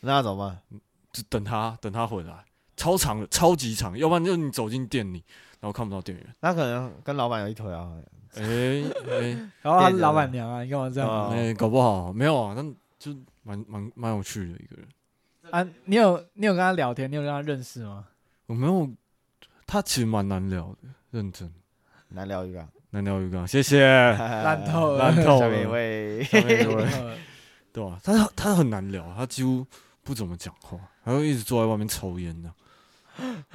S1: 那要怎么办？
S2: 就等他等他回来，超长的，超级长，要不然就是你走进店里，然后看不到店员。
S1: 那可能跟老板有一腿啊。
S2: 哎、诶
S3: 然后他
S1: 店
S3: 是
S1: 员
S3: 老板娘啊，你干嘛这样？
S2: 哎、
S1: 哦
S2: 搞不好没有啊，但就蛮蛮蛮有趣的一个人。
S3: 啊，你有你有跟他聊天，你有跟他认识吗？
S2: 我没有，他其实蛮难聊的，认真
S1: 难聊 [laughs] 一个啊，。
S2: 难聊一个啊，谢谢
S1: 烂
S3: 烂透了
S2: 烂透
S1: 下面一
S2: 了，
S1: 位，
S2: 下面一位 [laughs]
S3: 呃
S2: 对吧、他他很难聊，他几乎不怎么讲话，他就一直坐在外面抽烟呢、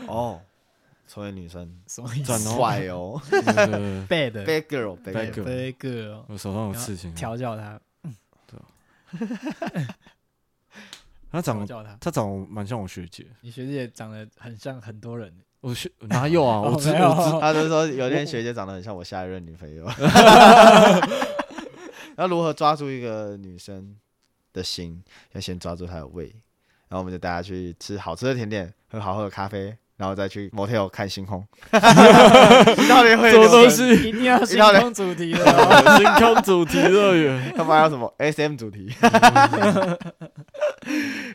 S1: 哦，成为女生，
S3: [laughs] 什么意
S2: 赞
S3: 思
S2: 哦
S1: 帅哦
S2: 那个
S3: ？bad 的
S1: ，bad girl，bad
S2: Bad
S1: girl，
S2: girl
S3: 一个哦
S2: 我手上有刺青啊，
S3: 调教他，
S2: 他
S3: 调
S2: 长得
S3: 教他。
S2: 他长得蛮像我学姐，
S3: 你学姐长得很像很多 [laughs] 人，
S2: 我学哪
S1: [laughs]
S2: 有啊？我只
S3: 没有
S2: 我只
S1: 他就说有天学姐长得很像我下一任女朋
S2: [laughs]
S1: 友， [laughs] 要如何抓住一个女生的心？要先抓住她的胃，后我们就带他去吃好吃的甜点，喝好喝的咖啡，然后再去 motel 看星
S2: [laughs]
S1: 空。 [laughs] 一到底会 [laughs]
S2: 什么东
S1: 有
S2: 西？
S3: 一定要星空主题的哦。
S2: 星空主题乐园，
S1: 他们还有什么 SM 主题？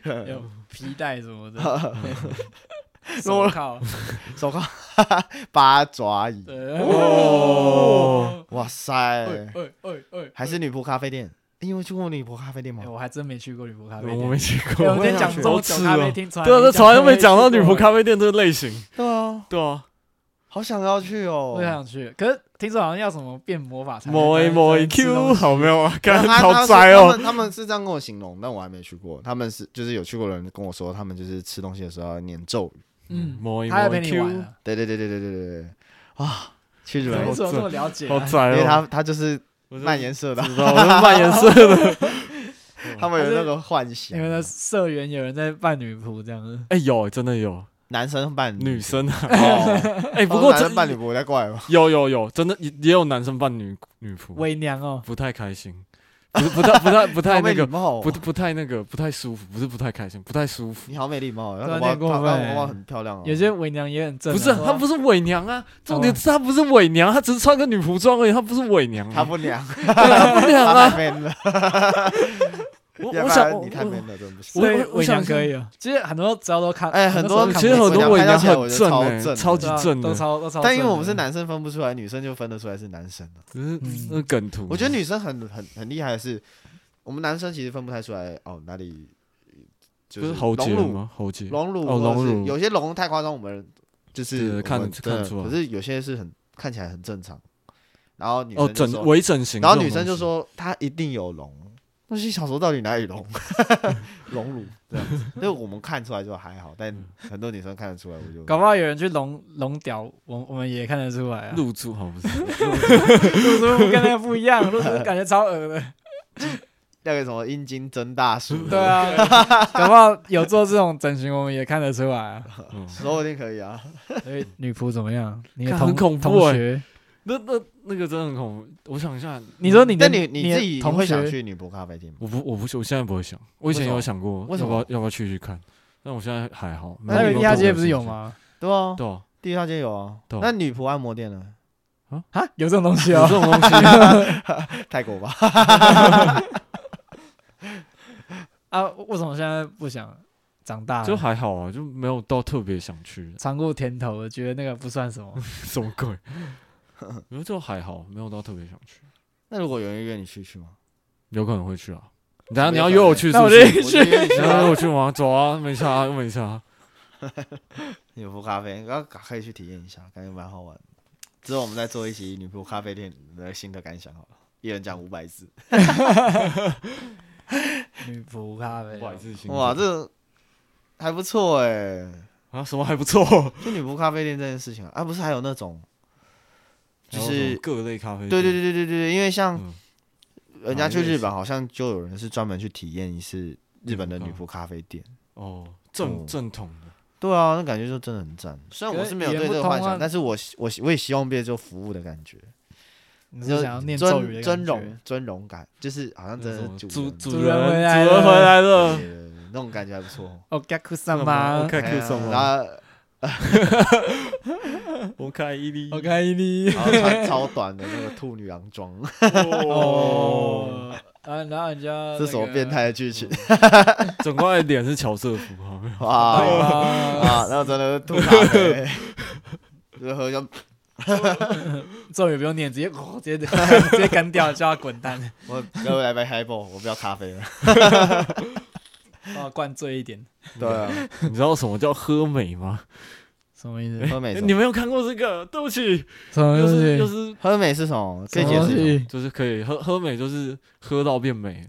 S3: 有皮带什 [laughs] 么的，手铐，
S1: 手铐、 [laughs] 八爪椅，
S3: 对， [laughs]
S2: 哦
S1: 哇塞！
S3: 哎哎哎哎，
S1: 还是女仆咖啡店？你有去过女仆咖啡店吗
S3: 哎，？我还真没去过女仆咖啡
S2: 哦我
S3: 店
S2: 没。去
S3: 哎
S2: 过
S3: 我们。今天讲这
S2: 好
S3: 么
S2: 吃哦
S3: 久咖啡厅，从来
S2: 对啊，这从来都没讲到女仆
S3: 啡
S2: 咖啡店这个类型。
S1: 对啊，
S2: 对啊，
S1: 好想要去
S3: 厅
S1: 哦
S3: 过，我。也想去。可是听说好像要什么变魔法
S1: 哎
S3: 才
S2: 某 A 某 A Q，好没有啊，
S1: 他
S2: 干
S1: 他
S2: [laughs] 好
S1: 是
S2: 宅
S1: 他
S2: 哦。
S1: 们他们是这样跟我形容，但我还没去过。他们是就是有去过的人跟我说，他们就是吃东西的时候要念咒语。
S3: 嗯，
S2: 某 A
S3: 他要
S2: 某
S3: 陪
S2: A
S3: 你
S2: Q，
S3: 玩啊。
S1: 对对对对对对对对，啊，去日
S3: 怎
S1: 本
S2: 对
S3: 么
S1: 后，
S3: 怎么这么了解啊？
S2: 好宅
S1: 因为
S2: 哦。
S1: 他他就是
S2: 我
S1: 蔓颜色的，
S2: 知道，我是
S1: [laughs]
S2: 漫颜色的。
S1: 他们有那个幻
S3: 你
S1: 想，
S3: 们的社员有人在扮女仆这样子，
S2: [laughs] 哎，有，真的有
S1: 男生扮
S2: 女，生啊。
S1: 哦，
S2: 哎， [laughs] 不过
S1: 男
S2: 真
S1: 生扮女仆才怪吧？
S2: 有有有，真的也也有男生扮女女仆，
S3: 伪娘哦，
S2: 不太开心，不是不太不太不
S1: [laughs] 好
S2: 太那
S1: 没礼
S2: 个，
S1: 貌哦，
S2: 不不太那个，不太舒服，不是不太开心，不太舒服。
S1: 你好没礼貌哦，
S3: 对啊
S1: 他
S3: 那过
S1: 他
S3: 分
S1: 他他很漂亮哦，
S3: 有些伪娘也很正啊。
S2: 不是啊，
S3: 说
S2: 她不是伪娘啊，重点
S3: 哦
S2: 是她不是伪娘，她只是穿个女仆装而已，她不是伪娘啊，
S1: 他不娘，
S2: [laughs] 对她不娘
S1: 他
S2: 啊
S1: 太。man 了，
S2: 我
S1: 要
S2: 我
S1: 不
S2: 想
S1: 然
S2: 我
S1: 你太
S2: 我
S1: man 了，真的不行。
S3: 所以
S2: 我我
S3: 伪
S2: 想
S3: 娘可以啊。其实很多只要都看，
S1: 哎很多
S3: 时候
S2: 其实很多伪
S1: 我看到
S2: 娘很正哎、
S1: 起来我觉得超
S2: 超级
S3: 对啊
S2: 正的
S3: 都，超都超正的。
S1: 但因为我们是男生分不出来，女生就分得出来是男生了。
S2: 只是
S3: 嗯
S2: 那梗图。
S1: 我觉得女生很很很厉害的是，我们男生其实分不太出来哦哪里就
S2: 不是
S1: 是
S2: 喉结
S1: 隆乳、
S2: 吗？喉结。
S1: 隆乳
S2: 哦
S1: 或者是
S2: 隆乳
S1: 有些隆太夸张，我们就是
S2: 对
S1: 我们真
S2: 看
S1: 的
S2: 看出来
S1: 可是有些是很看起来很正常，然后女
S2: 哦，
S1: 生就
S2: 整
S1: 说，
S2: 微整形这
S1: 然后
S2: 种东西。
S1: 女生就说她一定有隆， [laughs] 那些小时候到底哪里 [laughs] 隆？隆乳这样子，就我们看出来就还好，但很多女生看得出来，我就
S3: 搞不好有人去龙龙屌，我我们也看得出来啊。
S2: 露珠，好不是？
S3: 露珠跟那个不一样，露珠感觉超恶的。
S1: 那个什么阴茎增大术，[laughs]
S3: 对啊，搞不好有做这种整形，我们也看得出来啊。
S2: 嗯
S1: 说不定可以啊。
S3: 所以女仆怎么样？你的
S2: 看
S3: 同
S2: 很恐怖
S3: 同
S2: 欸
S3: 学，
S2: 那那那个真的很恐怖。我想一下，
S3: 你说你的
S1: 但你
S3: 你
S1: 你
S3: 的
S1: 自己你
S3: 同
S1: 会想
S3: 学
S1: 去女仆咖啡厅吗？
S2: 我不我不我现在不会想，我以前
S1: 为什么
S2: 有想过
S1: 为
S2: 要
S1: 什
S2: 不
S1: 么
S2: 要要不要去去看，但我现在还好。没
S3: 那
S2: 有
S3: 个
S2: 没
S3: 地下
S2: 特别
S3: 街不是
S2: 兴
S3: 有
S2: 趣？
S3: 吗？
S1: 对啊，
S2: 对啊，
S1: 地下街有啊
S2: 对。
S1: 那女仆按摩店呢？ [laughs]
S3: 啊，有这种东西
S2: 有
S3: 哦
S2: 这。种东西，
S1: 泰国吧，
S3: 啊，为什么现在不想长大了？
S2: 就还好啊，就没有到特别想
S1: [laughs]
S2: 去。
S3: 尝过甜头了，觉得那个不算什么。
S2: 什么鬼？我觉得就还好，没有到特别想去，
S1: 那如果有人约你去去吗？
S2: 有可能会去啊。你等下
S1: 没
S2: 你要
S1: 可
S2: 约我
S1: 能
S2: 去是
S3: 那
S2: 不
S3: 我
S2: 是
S1: [laughs] 我
S3: 就？去
S1: 就约你去
S2: [laughs]
S1: [laughs]
S2: 你要约
S1: 啊
S2: 我去吗？走啊，没差啊，又没差啊。
S1: 女仆咖啡，然后可以去体验一下，感觉蛮好玩的。之后我们再做一期女仆咖啡店的心得感想好了，一人讲五百字。
S3: 女仆咖啡啊
S2: 哇，自信
S1: 哇，这还不错哎。
S2: 啊什么还不错，
S1: 就女仆咖啡店这件事情啊，啊不是还有那种， [laughs] 就
S2: 然后什
S1: 是
S2: 么各类咖啡店，
S1: 对对对对对对，因为像
S2: 嗯啊
S1: 人家去日本，好像就有人是专门去体验一次日本的
S2: 嗯
S1: 女仆咖啡店。
S2: 哦，正
S1: 哦
S2: 正统的，
S1: 对啊，那感觉就真的很赞。虽然
S3: 可
S1: 我
S3: 是
S1: 是没有
S3: 语言
S1: 对这
S3: 不
S1: 个
S3: 通
S1: 幻
S3: 啊
S1: 想，但是我希我希我也希望变成服务的感觉，
S3: 你是想要念咒语
S1: 尊尊
S3: 的感觉
S1: 荣尊荣感，就是好像真的是主
S2: 主
S1: 人啊
S3: 主人
S2: 人
S3: 回来
S2: 主人
S3: 了
S2: 回来
S1: 对
S2: 了，
S1: 对对对那种感觉还不错哦。
S3: 哦，gaku 什么
S2: 我？开
S1: 哎呀
S2: Q 什
S1: 然
S2: 么？
S1: 后
S2: [laughs] 我开伊利，
S1: 哦
S3: 我开你
S1: 然后穿超短的那个兔女郎装，
S2: 哦，
S3: 哦，啊，然后人家那
S1: 这是什么
S3: 个
S1: 变？态的剧情 [laughs]
S2: 整块脸是乔瑟夫，好没有？
S1: 哇
S3: [laughs] 啊，
S1: 啊！然后真的是兔咖啡，哎就是喝像
S3: 咒语不用念，直接哦直接 [laughs] 直接干掉，叫他滚 [laughs] 蛋，
S1: 我给我来杯 highball，我不要咖啡了。
S3: 帮我哦灌醉一点，
S1: 对啊，
S2: 你知道什么叫喝美吗？
S3: 什么意 [laughs] 思？
S1: 喝美
S2: 哎
S1: 什
S2: 你
S1: 么
S2: 没有看过这个？对不起，
S3: 什么
S2: 就是就是
S1: 喝美是什么？哦可以
S3: 什
S1: 解
S3: 么
S1: 释一下吗。
S3: 东西？
S2: 就是可以喝喝美，就是喝到变美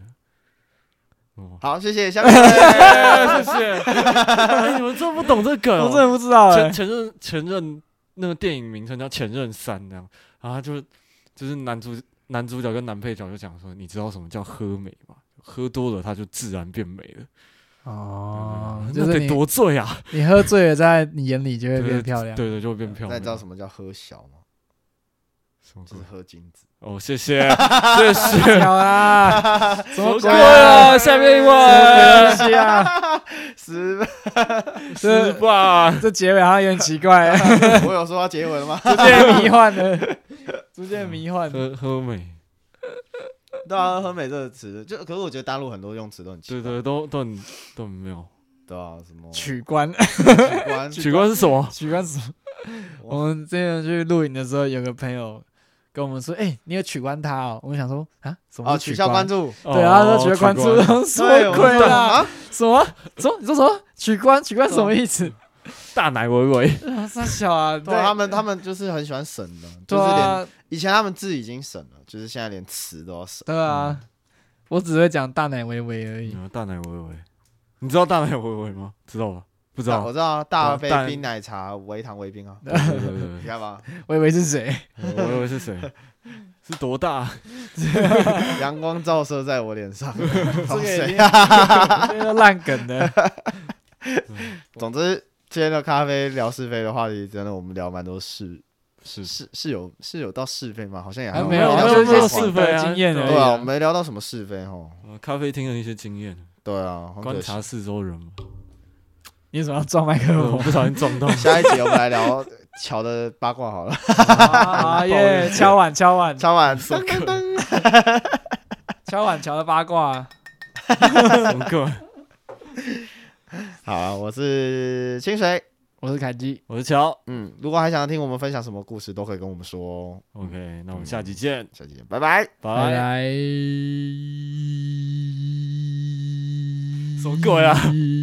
S2: 了。
S1: [laughs]
S2: 哦，
S1: 好，谢谢，下面
S2: 哎谢谢。哎你们真的不懂这个梗
S3: [laughs] 我
S2: 哦
S3: 真的不知道哎
S2: 前。前任前任那个电影名称叫《前任三》那样，然后他就是就是男主男主角跟男配角就讲说，你知道什么叫喝美吗？喝多了他就自然变美了。嗯
S3: 哦，
S2: 那
S3: 就是
S2: 得
S3: 你
S2: 多醉啊！
S3: 你喝醉了，在你眼里就会变漂亮。
S2: 对对，就会变漂
S1: 那
S2: 亮。
S1: 你知道什么叫喝小吗？
S2: 什么鬼
S1: 就是？喝精子。
S2: 哦，谢谢谢谢。
S3: [laughs] 屌啦，什么
S2: 对
S3: 鬼
S2: 啊，下面一
S3: 什么
S2: 位
S3: 鬼东西啊？
S1: 是失败。
S2: 是吧？
S3: 这结尾好像有点奇 [laughs] 怪，
S1: 我有说要结尾了吗？ [laughs]
S3: 逐渐迷幻 [laughs] 了，逐渐迷幻
S2: 喝
S3: 了。
S2: 喝美，
S1: 对啊，很美这个词，就可是我觉得大陆很多用词都很奇
S2: 对
S1: 怪，
S2: 对，都都很都很妙。
S1: 对啊，什么
S3: 取关， [laughs]
S1: 取关，
S2: 取关是什么？
S3: 取关什么？我们之前去露营的时候，有个朋友跟我们说：“哎、你有取关他哦。”我们想说啊，什么
S1: 哦，
S3: 是
S1: 取
S3: 取
S1: 消关
S3: 注？
S1: 注，
S3: 对啊，他说取
S2: 关
S3: 关关 [laughs] 注，然后什么鬼
S1: 对
S3: [laughs] 啦？
S1: 啊，
S3: 什么？什么？你说什么？取关？取关什么意思？
S2: 大奶维维，
S3: 啊， [laughs] 三小啊，
S1: 对啊，他们他们就是很喜欢省的，就
S3: 对
S1: 是连
S3: 啊，
S1: 以前他们字已经省了，就是现在连词都要省。
S3: 对啊，我只会讲大奶微微而已。
S2: 嗯大奶维维，你知道大奶维维吗？知道吧？不知
S1: 啊我
S2: 道。
S1: 知道啊，大杯
S2: 但
S1: 冰奶茶，微糖微冰啊，
S2: 对对对
S1: 你
S2: 对
S1: 看吧，
S3: 微微是谁？
S2: 对，维维是谁？是多大？
S1: 阳光照射在我脸上，这
S3: 这
S1: [laughs]
S3: 个已经啊 [laughs] 这个烂梗 [laughs] 的。
S1: 总之，今天的咖啡聊是非的话题，真的我们聊蛮多是
S2: 是
S1: 是是有是有到是非吗？好像也
S3: 还
S1: 好
S3: 啊没有，
S1: 我们
S2: 没
S1: 聊
S2: 有
S1: 到
S3: 就
S1: 一些新
S2: 没有
S3: 是一些
S2: 是
S3: 心
S2: 非
S3: 得
S2: 啊
S3: 经验而
S1: 对啊，我们
S3: 已。
S1: 没聊到什么是非哦。
S2: 呃咖啡厅的一些经验，
S1: 对啊，很
S2: 观
S1: 可惜。
S2: 察四周人嘛。
S3: 你为什么要撞麦克
S2: 我
S3: 风？
S2: 不小心撞到。
S1: 下一集我们来聊乔的八卦好了。 [laughs]
S3: [laughs] 啊耶！敲碗，敲 [laughs] 碗，
S1: 乔晚，
S2: 什么鬼？
S3: 敲碗，敲的八卦。
S2: 什么鬼？
S1: 好啊，我是清水。
S3: 我是凯基，
S2: 我是乔。
S1: 嗯，如果还想听我们分享什么故事，都可以跟我们说哦。
S2: OK，那我们下集见，
S1: 下期见，拜拜。
S3: 拜
S2: 拜。
S3: 拜。
S2: 什么鬼啊？
S3: 一